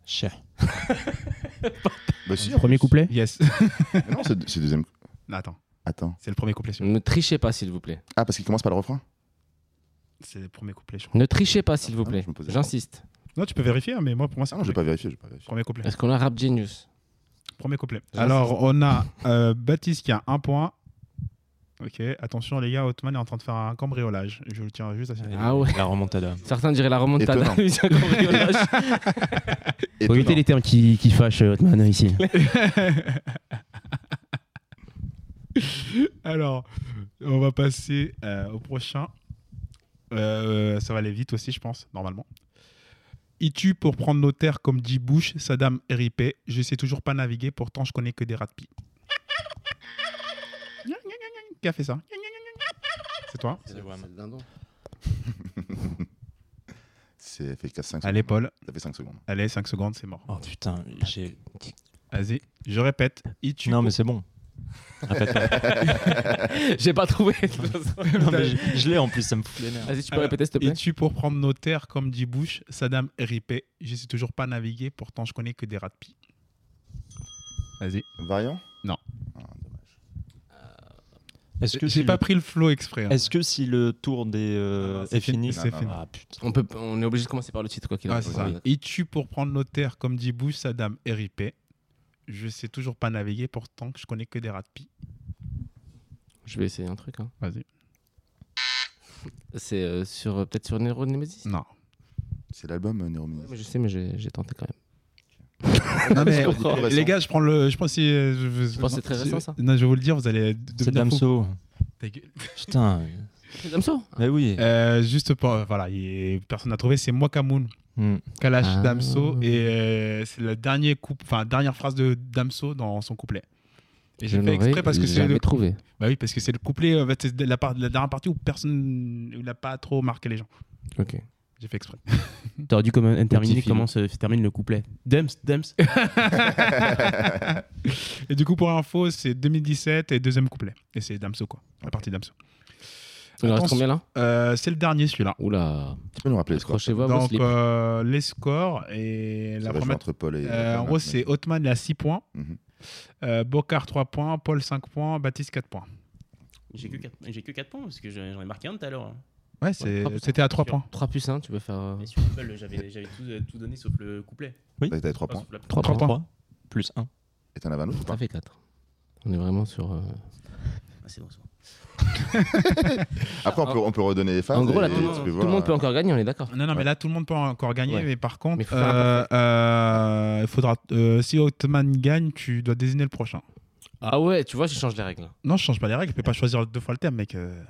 Cher.
Bah si,
Premier couplet
Yes.
mais non, c'est c'est deuxième.
Attends,
Attends.
c'est le premier couplet. sûr.
Ne trichez pas, s'il vous plaît.
Ah, parce qu'il commence par le refrain
C'est le premier couplet. je crois.
Ne trichez pas, s'il vous
Ah,
plaît.
je me posais la
J'insiste.
Non, tu peux vérifier, hein, mais moi pour moi c'est
Ah non,
le
j'ai pas vérifié, j'ai pas vérifié.
premier couplet.
Est-ce qu'on a Rap Genius
Premier couplet.
Ça,
Alors, on a euh, Baptiste qui a un point. Ok, attention les gars, Othman est en train de faire un cambriolage. Je le tiens juste à signaler.
Ah ouais.
La remontada.
Certains diraient la remontada.
Étonnant.
mais c'est un cambriolage.
Faut éviter les termes qui, qui fâchent euh, Hotman ici.
Alors, on va passer euh, au prochain. Euh, ça va aller vite aussi, je pense, normalement. Il tue pour prendre nos terres comme dit Bush, Saddam RIP. Je sais toujours pas naviguer, pourtant je connais que des rats de pie. Qui a fait ça C'est toi
C'est ça fait 4, 5
Allez, Paul.
Ça fait 5 secondes.
Allez, 5 secondes, c'est mort.
Oh putain,
Ah,
j'ai.
Vas-y, je répète. Il tue
Non,
pour-
mais c'est bon. Répète pas.
J'ai pas trouvé. de toute façon.
Non, mais je je l'ai en plus, ça me fout les nerfs.
Vas-y, tu peux répéter, s'il te
Et
plaît
tu pour prendre nos terres, comme dit Bush, Saddam RIP. Je sais toujours pas naviguer, pourtant je connais que des rats de pie. Vas-y.
Variant
Non.
Ah, dommage.
Est-ce que
J'ai
si
pas
le-
pris le flow exprès. hein.
Est-ce que si le tour des euh,
Non, c'est
est
fini,
fini
c'est fini.
Ah putain.
on, peut, on est obligé de commencer par le titre, quoi qu'il
Ah,
arrive.
c'est ça. Il tue pour prendre nos terres, comme dit Bush, Saddam RIP. Je sais toujours pas naviguer, pourtant que je connais que des rats de pie.
Je vais essayer un truc. hein.
Vas-y.
C'est euh, sur euh, peut-être sur Nero Nemesis
Non.
C'est l'album euh,
Ouais,
Neurominis.
mais Je sais, mais j'ai j'ai tenté quand même.
Non, mais,
Je comprends.
les gars, je prends le. Je pense si. euh, Je,
penses que c'est très
si-
récent, ça
Non, je vais vous le dire, vous allez.
C'est
devenir fou.
Damso.
Ta gueule.
Putain. euh,
C'est Damso
Mais oui.
Euh, juste pour. Voilà, il- personne n'a trouvé, c'est moi, Kamoun.
Hmm.
Kalash
Ah.
Damso et euh, c'est la dernière coupe, enfin dernière phrase de Damso dans son couplet. Et j'ai
Je
fait exprès
l'aurais
parce que c'est
jamais
le,
trouvé.
bah oui parce que c'est le couplet, euh, c'est la, part- la dernière partie où personne n'a pas trop marqué les gens.
Ok.
J'ai fait exprès.
T'aurais dû commen- terminer
film.
comment se se termine le couplet. Dems, Dems.
Et du coup pour info, c'est 2017 et deuxième couplet. Et c'est Damso quoi, la partie Damso.
Il en reste
Attention.
combien là
Euh, c'est le dernier celui-là.
Oula.
Tu peux nous rappeler les scores
Accrochez-vous à vos
Donc
slips.
euh, les scores et la
Ça va jouer
première.
entre Paul et.
euh, en
Hotman,
gros
mais-
c'est Othman il a 6 points,
Mhm.
euh, Bocard 3 points, Paul 5 points, Baptiste 4 points.
J'ai que 4, points parce que j'en ai marqué un tout à l'heure. hein.
Ouais,
c'est-
c'était à 3 points.
3 plus 1, tu peux faire. euh,
sur Apple, j'avais tout, donné sauf le couplet.
T'as- T'avais 3 points.
Trois
Trois
points.
points.
Trois plus un.
Et t'en avais un autre ou
Ça
pas
fait 4. On est vraiment sur. euh,
Ah, c'est bon, c'est bon.
Ah.
Après, on peut, on peut redonner les phases.
En gros, là,
et
tout, le monde-
tu peux
tout
voir,
le monde peut
euh,
encore gagner, on est d'accord.
Non, non, mais
Ouais.
là, tout le monde peut encore gagner,
Ouais.
mais par contre,
Mais faut faire un
euh, euh, il faudra, euh, si Othman gagne, tu dois désigner le prochain.
Ah ouais, tu vois, je change les règles.
Non, je change pas les règles, je peux pas choisir deux fois le thème, mec. euh.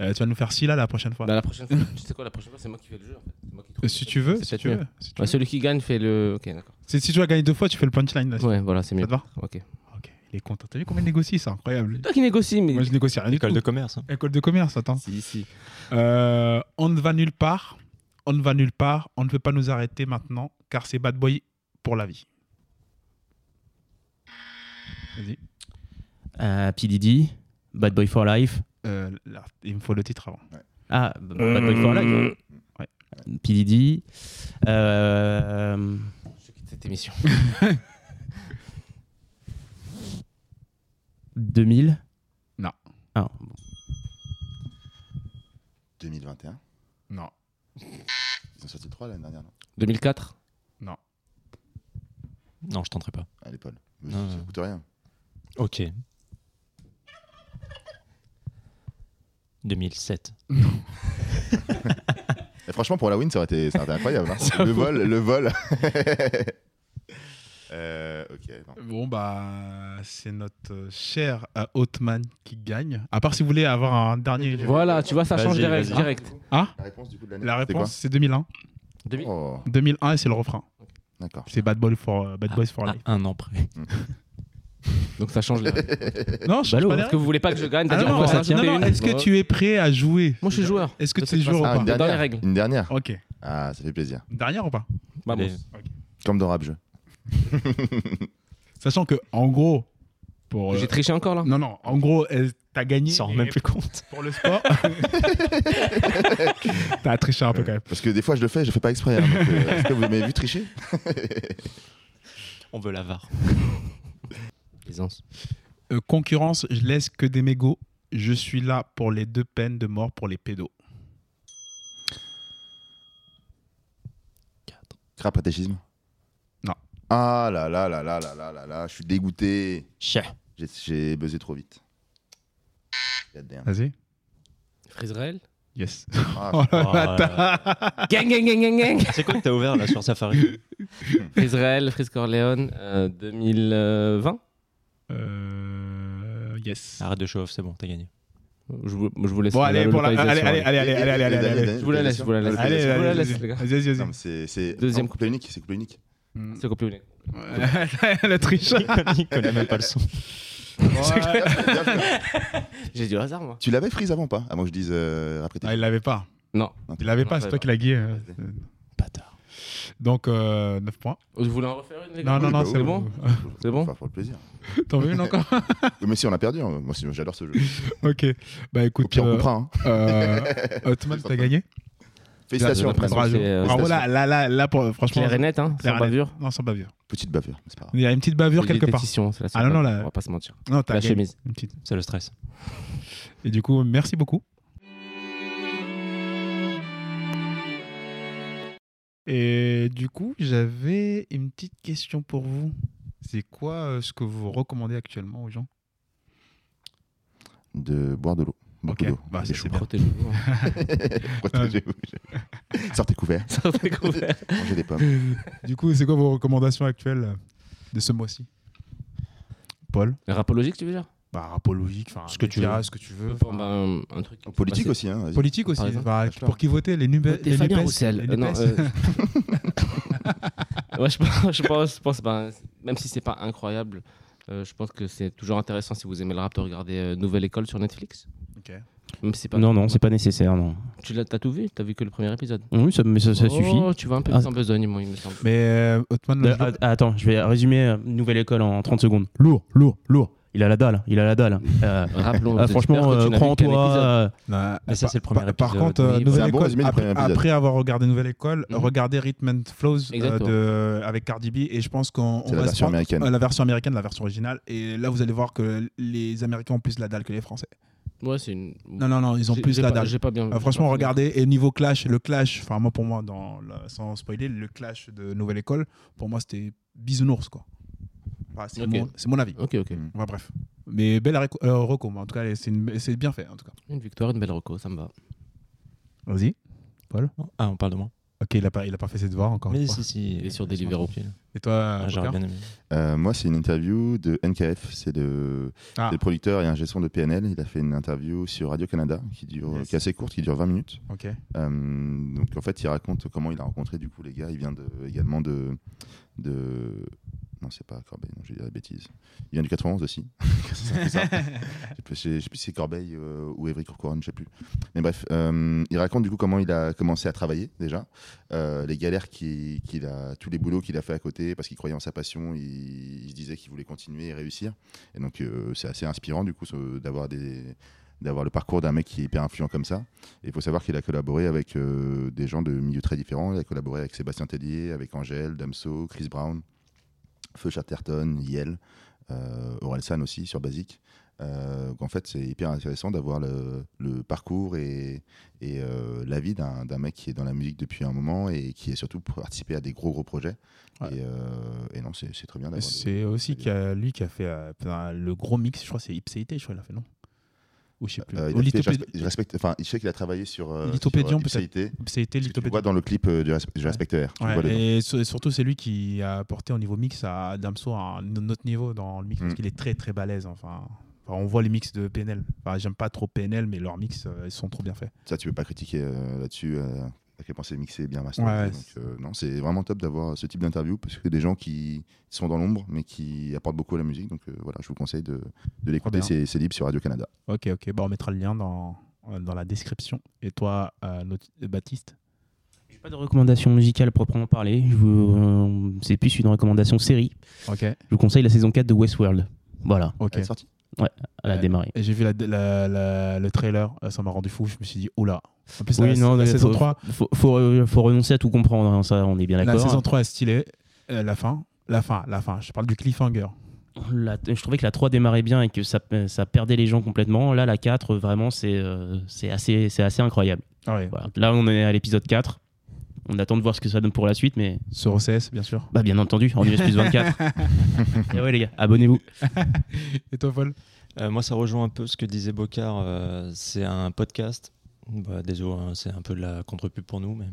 Euh, tu vas nous faire ci là la prochaine fois.
Bah, la prochaine fois, tu sais quoi, la prochaine fois, c'est moi qui fais le jeu. En fait. C'est moi qui trouve.
Euh, si tu veux,
C'est
si
peut-être
tu
mieux.
veux. Si tu,
Ouais,
veux.
celui qui gagne fait le. Ok, d'accord.
Si- si tu dois gagner deux fois, tu fais le punchline là.
Ouais, voilà, c'est
Ça
mieux.
te va
Ok.
Ok, il est content. T'as vu combien il négocie, c'est incroyable.
Toi qui négocie, mais.
Moi, je négocie rien du tout.
École de commerce. hein.
École de commerce, attends.
Si, si.
Euh, on ne va nulle part, on ne va nulle part, on ne peut pas nous arrêter maintenant, car c'est bad boy pour la vie. Vas-y.
Euh, P. Diddy, Bad Boy for Life.
Euh, là, il me faut le titre avant.
Ah, b- Bad Boy for Life. hein.
Ouais.
P. Diddy. Euh,
Je quitte cette émission.
2000.
Non.
Ah, bon.
euh, 2021.
Non.
Ils ont sorti 3 l'année dernière, non
2004
Non, je tenterai pas.
Allez, Paul. Mais
Non,
Ça
non.
coûte rien.
Ok. 2007.
Et franchement, pour la win, ça aurait été, ça aurait été incroyable. hein. le vol, le vol. Euh, ok, non.
Bon, bah, c'est notre euh, cher euh, Othman qui gagne. À part si vous voulez avoir un dernier.
Voilà, tu vois, ça change
Vas-y,
les règles
vas-y.
direct.
Ah
La réponse du coup de l'année.
La
c'est quoi
réponse, c'est 2001.
2000.
Oh,
2001 et c'est le refrain.
d'accord.
C'est Bad Boy for euh, Bad Boys for
à
Life.
Ah, un an près.
Donc ça change les règles.
Non, je
Ballot,
pas les
parce
Est-ce que
règles.
vous voulez pas que je gagne
Ah
T'as dit,
non,
on va
non,
sortir
non,
des
non,
unes.
est-ce que tu es prêt à jouer
Bah, Moi, je suis joueur.
Est-ce que
De
tu es
toute
joueur ou
façon.
Ah,
pas
une dernière.
les règles.
Une dernière.
Ok.
Ah, ça fait plaisir.
Dernière ou pas
Vamos.
Les-
Comme dans Rap Jeu.
Sachant que, en gros, pour. euh,
J'ai triché encore là
Non, non, en gros, elle- t'as gagné.
Ils s'en
et
rendent même plus compte.
Pour le sport. t'as triché un peu quand même.
Parce que des fois, je le fais, je le fais pas exprès. hein, donc, euh, Est-ce que vous m'avez vu tricher
On veut la VAR.
Plaisance.
Euh, concurrence, je laisse que des mégots. Je suis là pour les deux peines de mort pour les pédos.
Crap catéchisme
Non.
Ah là là là là là là là là, je suis dégoûté.
Chien.
J'ai- J'ai buzzé trop vite. Goddamn.
Vas-y.
Frisrael
Yes.
Ah,
Oh le
Oh,
bâtard.
Gang, gang, gang, gang, gang
C'est quoi que t'as ouvert là sur Safari
Frisrael, Frisk Orléans, euh, 2020
Euh, Yes.
Arrête de show off, c'est bon, t'as gagné.
je vous, je vous laisse.
Bon, allez, pour la. Allez,
localisation,
allez, allez,
ouais.
allez, allez, allez, allez, allez,
Les
allez,
derniers,
allez.
les
Je vous la laisse, je vous la laisse.
Allez,
Je vous la
allez,
laisse,
allez.
les gars.
Vas-y, vas-y,
Non, mais
vas-y.
c'est c'est-
Deuxième.
non, coupe le unique, c'est coupe le unique.
Mm.
C'est compliqué.
La triche.
Il connaît même pas le son.
J'ai du hasard, moi.
Tu l'avais freeze avant pas Avant que je dise euh, rap
Ah,
catéchisme.
il l'avait pas.
Non.
Il l'avait pas,
Non,
c'est
ça
toi
va.
qui l'as gué. euh,
Vas-y.
euh,
Bâtard.
Donc, euh, 9 points.
Vous voulez en refaire une, les
Non,
gars
non, non,
bah
c'est
oui,
bon.
C'est bon
Enfin, pour le plaisir.
T'en veux une encore
Oui, Mais si on a perdu, hein. moi si- j'adore ce jeu.
Ok. Bah
Au
écoute,
pire, on
euh,
coupera. hein.
euh, Ottoman, t'as gagné
Félicitations.
Après,
Bravo.
c'est, euh,
Bravo, là, là, là, là, pour- franchement.
Claire et net, hein,
Claire
sans
et
bavure.
nette. Non, sans bavure.
Petite bavure, mais c'est pas grave.
Il y a une petite bavure
Les
quelque part.
diététiciens, c'est la
Ah non, non, la-
On va pas se mentir.
Non, t'as
La
gagné.
chemise.
Une petite.
C'est le stress.
Et du coup, merci beaucoup. Et du coup, j'avais une petite question pour vous. C'est quoi euh, ce que vous recommandez actuellement aux gens
De boire de l'eau. Beaucoup
Ok,
d'eau.
bah,
Il
ça,
fait chaud.
c'est bien.
Protégez-vous.
Protégez-vous. Sortez couverts,
Sortez couverts.
mangez des
Bah,
pommes.
Du coup, c'est quoi vos recommandations actuelles euh, de ce mois-ci Paul
Rapologique, tu veux dire
Bah, apologique, enfin,
Ce que tu
média, ce que tu veux. enfin,
Ben, un truc. qui s'est
Politique
passé-
aussi, hein. vas-y.
Euh, bah, politique aussi,
Par exemple,
bah,
Bachelor.
pour qui voter Les, nubes,
Votez
les
Fabien
NUPES,
Roussel.
les
Euh, non,
NUPES.
euh, ouais, je pense, je pense, je pense, ben, même si c'est pas incroyable, euh, je pense que c'est toujours intéressant si vous aimez le rap de regarder euh, Nouvelle École sur Netflix.
Ok.
Même si c'est pas.
Non, non, c'est pas nécessaire, non.
Tu l'as t'as tout vu T'as vu que le premier épisode
Oui, ça, mais ça, ça suffit.
Oh, tu vas un peu
Ah.
sans besogne, moi, il me semble.
Mais euh, Othman, là,
Euh,
je vois-
ah, attends, je vais résumer euh, Nouvelle École en 30 secondes. Lourd, lourd, lourd. Il a la dalle, hein. il a la dalle. Euh,
Rappelons.
ah, franchement, euh, crois en toi. euh,
Bah,
Mais ça, c'est le
par-
premier
Par
épisode,
contre, euh,
oui.
C'est
Nouvelle
un bon
École,
résumé du
après,
premier épisode.
après avoir regardé Nouvelle École,
Mhm.
regardez Rhythm and Flows euh,
Exactement.
de- avec Cardi B. Et je pense qu'on on
C'est la
va se
version
prendre-
américaine.
euh, la version américaine, la version originale. Et là, vous allez voir que les Américains ont plus la dalle que les Français.
Ouais, c'est une.
Non, non, non, ils ont
J'ai-
plus
j'ai
la
pas-
dalle.
J'ai pas bien.
Euh, franchement, regardez. Et niveau clash, le clash, enfin, moi, pour moi, dans la- sans spoiler, le clash de Nouvelle École, pour moi, c'était bisounours, quoi. Enfin, c'est
Ok.
mon- c'est mon, avis.
Ok, ok.
Enfin, bref. Mais belle réco- euh, reco, moi, en tout cas, c'est une- c'est bien fait, en tout cas.
Une victoire, une belle reco, ça me va.
Vas-y.
Ah, on parle de moi.
Ok, il a pas, il a pas fait ses devoirs encore. une
Mais
fois.
si, si.
Et sur Deliveroo.
Et toi,
Ah, J'aurais
Joker
bien aimé.
Euh, moi, c'est une interview de NKF, c'est de-
Ah.
c'est le producteur et un gestion de PNL. Il a fait une interview sur Radio Canada qui dure,
Yes.
qui est assez courte, qui dure 20 minutes.
Ok.
Euh, donc en fait, il raconte comment il a rencontré du coup les gars. Il vient de, également de, de non, c'est pas Corbeil, non, je vais dire la bêtise. Il vient du 91 aussi. C'est un peu ça. je sais plus- je sais plus si c'est Corbeil euh, ou Évry-Courcouronne, je sais plus. Mais bref, euh, il raconte du coup comment il a commencé à travailler déjà, euh, les galères qui- qu'il a, tous les boulots qu'il a fait à côté parce qu'il croyait en sa passion. Il, il se disait qu'il voulait continuer et réussir. Et donc euh, c'est assez inspirant du coup ce- d'avoir des d'avoir le parcours d'un mec qui est hyper influent comme ça. Et il faut savoir qu'il a collaboré avec euh, des gens de milieux très différents. Il a collaboré avec Sébastien Tellier, avec Angèle, Damso, Chris Brown, Feu Chatterton, Yel, euh, Orelsan aussi sur Basic. Euh, donc en fait, c'est hyper intéressant d'avoir le, le parcours et, et euh, l'avis d'un d'un mec qui est dans la musique depuis un moment et qui est surtout participé à des gros gros projets.
Ouais.
Et, euh, et non, c'est c'est très bien d'avoir. des-
C'est aussi qu'il y a- lui qui a fait euh, putain, le gros mix, je crois, c'est Ipséité, je crois, il a fait, non Ou je sais plus.
Euh, il
Ou
a fait- je
Lithopé-
respecte- je respecte. Enfin, je sais qu'il a travaillé sur. euh,
Lithopédion,
sur, euh,
peut-être.
Ipséité.
Ipséité,
Tu le
Lithopé.
vois dans le clip euh, du Res- Je respecte R. Tu le
Ouais,
vois dedans.
et, sur- et surtout, c'est lui qui a apporté au niveau mix à Damso à un autre niveau dans le mix parce
Mm.
qu'il est très très balèze. Enfin, Enfin, on voit les mix de PNL. Enfin, J'aime pas trop PNL, mais leurs mix, euh, ils sont trop bien faits.
Ça, tu peux pas critiquer euh, là-dessus. euh, à quel point c'est mixé et bien master.
Ouais, ouais,
donc, euh, non, c'est vraiment top d'avoir ce type d'interview parce que des gens qui sont dans l'ombre mais qui apportent beaucoup à la musique. Donc euh, voilà, je vous conseille de, de l'écouter.
Trop
C'est c'est libre sur Radio Canada.
Ok, ok. Bah, on mettra le lien dans, euh, dans la description. Et toi, euh, notre- euh, Baptiste
J'ai pas de recommandation musicale proprement parler. Je vous- euh, c'est plus une recommandation série.
Ok,
Je vous conseille la saison 4 de Westworld. Voilà,
ok.
Elle est sortie
elle a
Ouais.
démarré.
Et J'ai vu la, la- la- le trailer, euh, ça m'a rendu fou. Je me suis dit, oula. En plus,
Oui,
la,
non,
la
mais
saison
faut-
3,
Faut, faut, euh, faut renoncer à tout comprendre, hein, ça, on est bien
la
d'accord.
saison 3 est stylée. Euh, la fin, la fin, la fin. Je parle du cliffhanger.
La- je trouvais que la 3 démarrait bien et que ça, ça perdait les gens complètement. Là, la 4, vraiment, c'est euh, c'est assez, c'est assez incroyable.
Ah ouais.
Voilà. Là, on est à l'épisode 4. On attend de voir ce que ça donne pour la suite, mais
Sur OCS, bien sûr.
bah, bien entendu, en US plus 24. et ouais, les gars, abonnez-vous.
Et toi, Paul
Euh, moi, ça rejoint un peu ce que disait Bocard. euh, c'est un podcast. Bah, désolé, hein, c'est un peu de la contre-pub pour nous. Mais...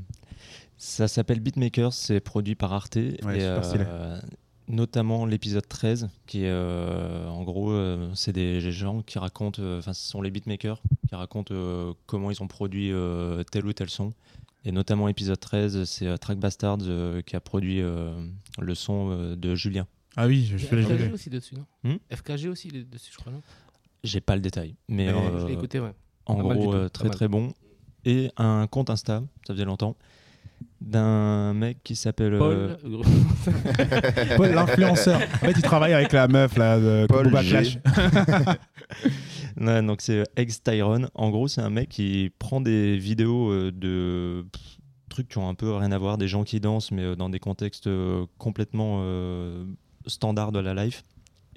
Ça s'appelle Beatmakers. C'est produit par Arte. et, euh,
super stylé.
notamment l'épisode 13, qui est euh, en gros, euh, c'est des gens qui racontent, euh, enfin, ce sont les beatmakers qui racontent euh, comment ils ont produit euh, tel ou tel son. Et notamment épisode 13, c'est euh, Track Bastards euh, qui a produit euh, le son euh, de Julien.
Ah oui, je, je l'ai vu.
FKG aussi dessus, non
Hmm
FKG aussi il est dessus, je crois, non
J'ai pas le détail, mais
Je l'ai
euh,
écouté, ouais.
En
Pas mal du
gros,
tout,
euh,
pas
très
mal.
très bon. Et un compte Insta, ça faisait longtemps, d'un mec qui s'appelle. euh,
Paul,
Paul, l'influenceur. En fait, il travaille avec la meuf, là, de
Paul
Booba
G.
Clash.
ouais, donc c'est Ex Tyrone. En gros, c'est un mec qui prend des vidéos euh, de pff, trucs qui ont un peu rien à voir, des gens qui dansent, mais euh, dans des contextes euh, complètement euh, standards de la life.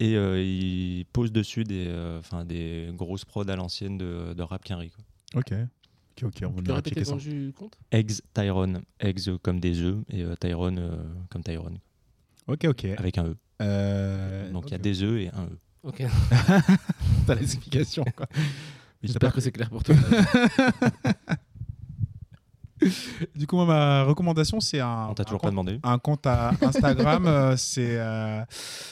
Et euh, il pose dessus des, euh, 'fin, des grosses prods à l'ancienne de, de rap quinri. quoi.
Ok. Ok, ok, on
tu peux
va
répéter
checker
le
ça.
nom du compte
Ex Tyrone, ex euh, comme des œufs et euh, Tyrone euh, comme Tyrone,
Ok, ok.
avec un E.
Euh,
Donc il y a
ok.
des œufs et un E.
Ok,
T'as l'explication, quoi. Mais t'as
j'espère que c'est clair pour toi.
Du coup, moi, ma recommandation, c'est un,
On t'a
un
toujours
compte-
pas demandé.
un compte à Instagram. euh, c'est euh,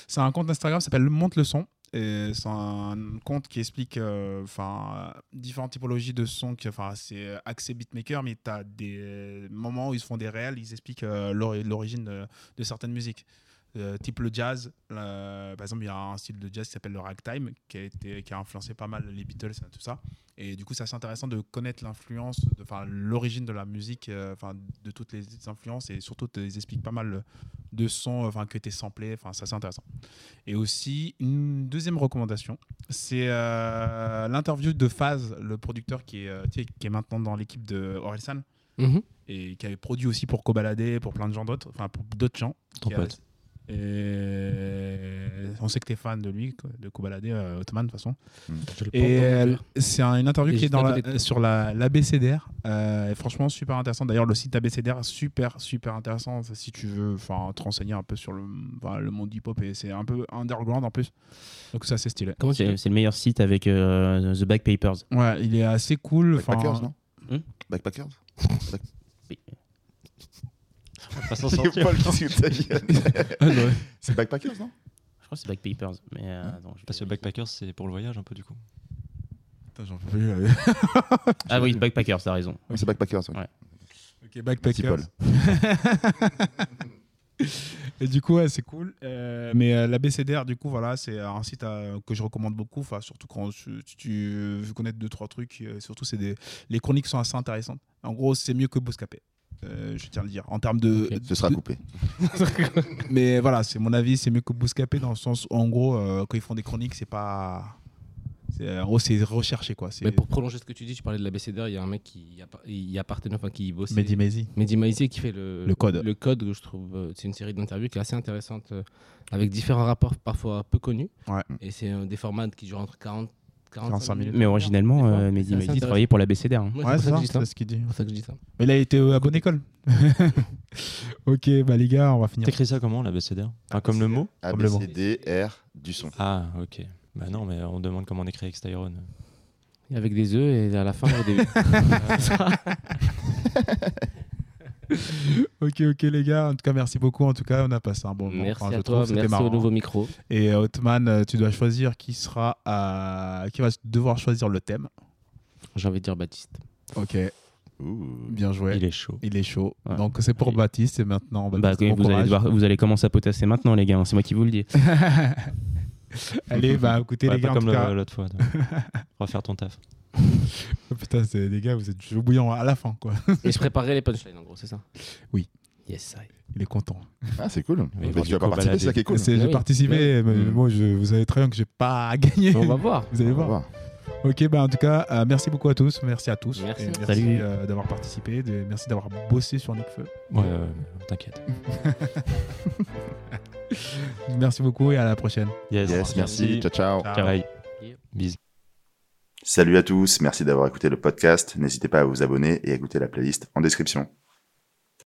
c'est un compte Instagram qui s'appelle Monte le son. Et c'est un compte qui explique euh, enfin, différentes typologies de sons. qui- Enfin, c'est euh, axé beatmaker, mais tu as des moments où ils se font des réels, ils expliquent euh, l'ori- l'origine de, de certaines musiques. Euh, type le jazz, euh, par exemple, il y a un style de jazz qui s'appelle le ragtime, qui a, été, qui a influencé pas mal les Beatles et tout ça. Et du coup, c'est assez intéressant de connaître l'influence, de- enfin l'origine de la musique, euh, enfin de toutes les influences et surtout te- ils expliquent pas mal de sons, euh, enfin que tu samplé, enfin ça c'est intéressant. Et aussi une deuxième recommandation, c'est euh, l'interview de Phase, le producteur qui est, euh, tu sais, qui est maintenant dans l'équipe de Orelsan
Mhm.
et qui avait produit aussi pour Kobalade, pour plein de gens d'autres, enfin pour d'autres gens.
Ton
qui a-
pote.
Et on sait que tu es fan de lui, quoi, de Kobalade, euh, Ottoman de toute façon.
Je le porte
Et
dans mon
elle-
cœur.
c'est un- une interview
Et
qui est
je
dans
note
la-
les-
euh, sur la, l'ABCDR. euh, et franchement, super intéressant. D'ailleurs, le site ABCDR, super, super intéressant si tu veux enfin, te renseigner un peu sur le, enfin, le monde hip-hop. Et c'est un peu underground en plus. Donc, ça, c'est stylé.
Comment tu
C'est c'est le meilleur site avec euh, The Back Papers.
Ouais, il est assez cool. enfin,
Backpackers, non
Hmm
Backpackers
Pas s'en
Il y a
sortir.
Paul qui s'est foutu de ta gueule. C'est Backpackers, non
Je crois que c'est Back Papers. Mais, euh, attends, je-
Parce que backpacker, c'est pour le voyage un peu du coup.
Putain, j'en peux plus, là.
Ah oui, Backpackers, t'as raison.
Oui, C'est Backpackers, oui.
Ouais.
Ok,
Merci,
backpackers.
Paul.
Et du coup, ouais, c'est cool. Euh, mais euh, la BCDR, du coup, voilà, c'est un site euh, que je recommande beaucoup. Enfin, surtout quand tu, tu- tu veux connaître deux, trois trucs. euh, surtout, c'est des, les chroniques sont assez intéressantes. En gros, c'est mieux que Bouscapé. Euh, je tiens à le dire. En termes de.
Ce sera
de-
coupé.
mais voilà, c'est mon avis. C'est mieux que Bouscapé dans le sens où, en gros, euh, quand ils font des chroniques, c'est pas. c'est- En gros, c'est recherché, quoi. C'est
Mais pour prolonger ce que tu dis, tu parlais de la BCDR, il y a un mec qui y appa- y appartenait, enfin qui bossait.
Mehdi Maizi.
Mehdi Maizi qui fait le,
Le code.
Le code, que je trouve, euh, c'est une série d'interviews qui est assez intéressante, euh, avec différents rapports parfois peu connus.
Ouais.
Et c'est euh, des formats qui durent entre 40
45
45 minutes.
Mais originellement,
Des fois,
euh, Mehdi
c'est assez
Mehdi
intéressant.
travaillait pour la BCDR. hein.
Ouais,
Ouais,
c'est
c'est
pour ça que
ça, c'est
je dis ça.
ce qu'il dit.
C'est pour ça que je dis ça.
Mais il a été euh, à bonne école. ok, bah les gars, on va finir.
T'écris ça comment l'ABCDR Enfin, comme le mot
A,
Probablement.
B, C, D, R, du son.
Ah, ok. Bah non, mais on demande comment on écrit ex Tyrone.
Et Avec des œufs et à la fin, au début.
Ok, ok les gars, en tout cas merci beaucoup. En tout cas, on a passé un bon moment.
merci
Enfin, je
à
trouve
toi,
que c'était
merci
marrant.
au nouveau micro.
Et euh, Othman, euh, tu dois choisir qui sera, euh, à... qui va devoir choisir le thème.
J'ai envie de dire Baptiste.
Ok.
Ouh.
Bien joué.
Il est chaud.
Il est chaud.
Ouais.
Donc c'est pour
Allez.
Baptiste et maintenant
Bah,
Baptiste, bon
vous, allez
courage.
devoir- vous allez commencer à potasser maintenant, les gars. hein, C'est moi qui vous le dis.
Allez, bah écoutez
Ouais,
les
pas
gars, en
comme
tout
le-
cas, Oh,
l'autre fois. Refaire ton taf.
putain, c'est- les gars, vous êtes chaud bouillant à la fin quoi.
Et je préparais les punchlines, en gros, c'est ça
Oui.
Yes, I.
Il est content.
Ah, c'est cool.
Mais
Bah,
bon,
tu
du
vas pas
coup,
participer, c'est ça qui est cool.
C'est-
Mais
J'ai
oui.
participé, mais
Mm.
moi je, vous savez très bien que j'ai pas gagné.
Mais On va voir.
Vous allez
On va
voir.
voir.
Ok, bah en tout cas, euh, merci beaucoup à tous, merci à tous,
Merci.
Et merci
Salut.
euh, d'avoir participé, de- merci d'avoir bossé sur Nickfeu.
Ouais, ouais, ouais, Euh, t'inquiète.
Merci beaucoup et à la prochaine.
Yes, merci. Ciao, ciao.
Ciao.
Bye. Bisous.
Salut à tous, merci d'avoir écouté le podcast. N'hésitez pas à vous abonner et à écouter la playlist en description.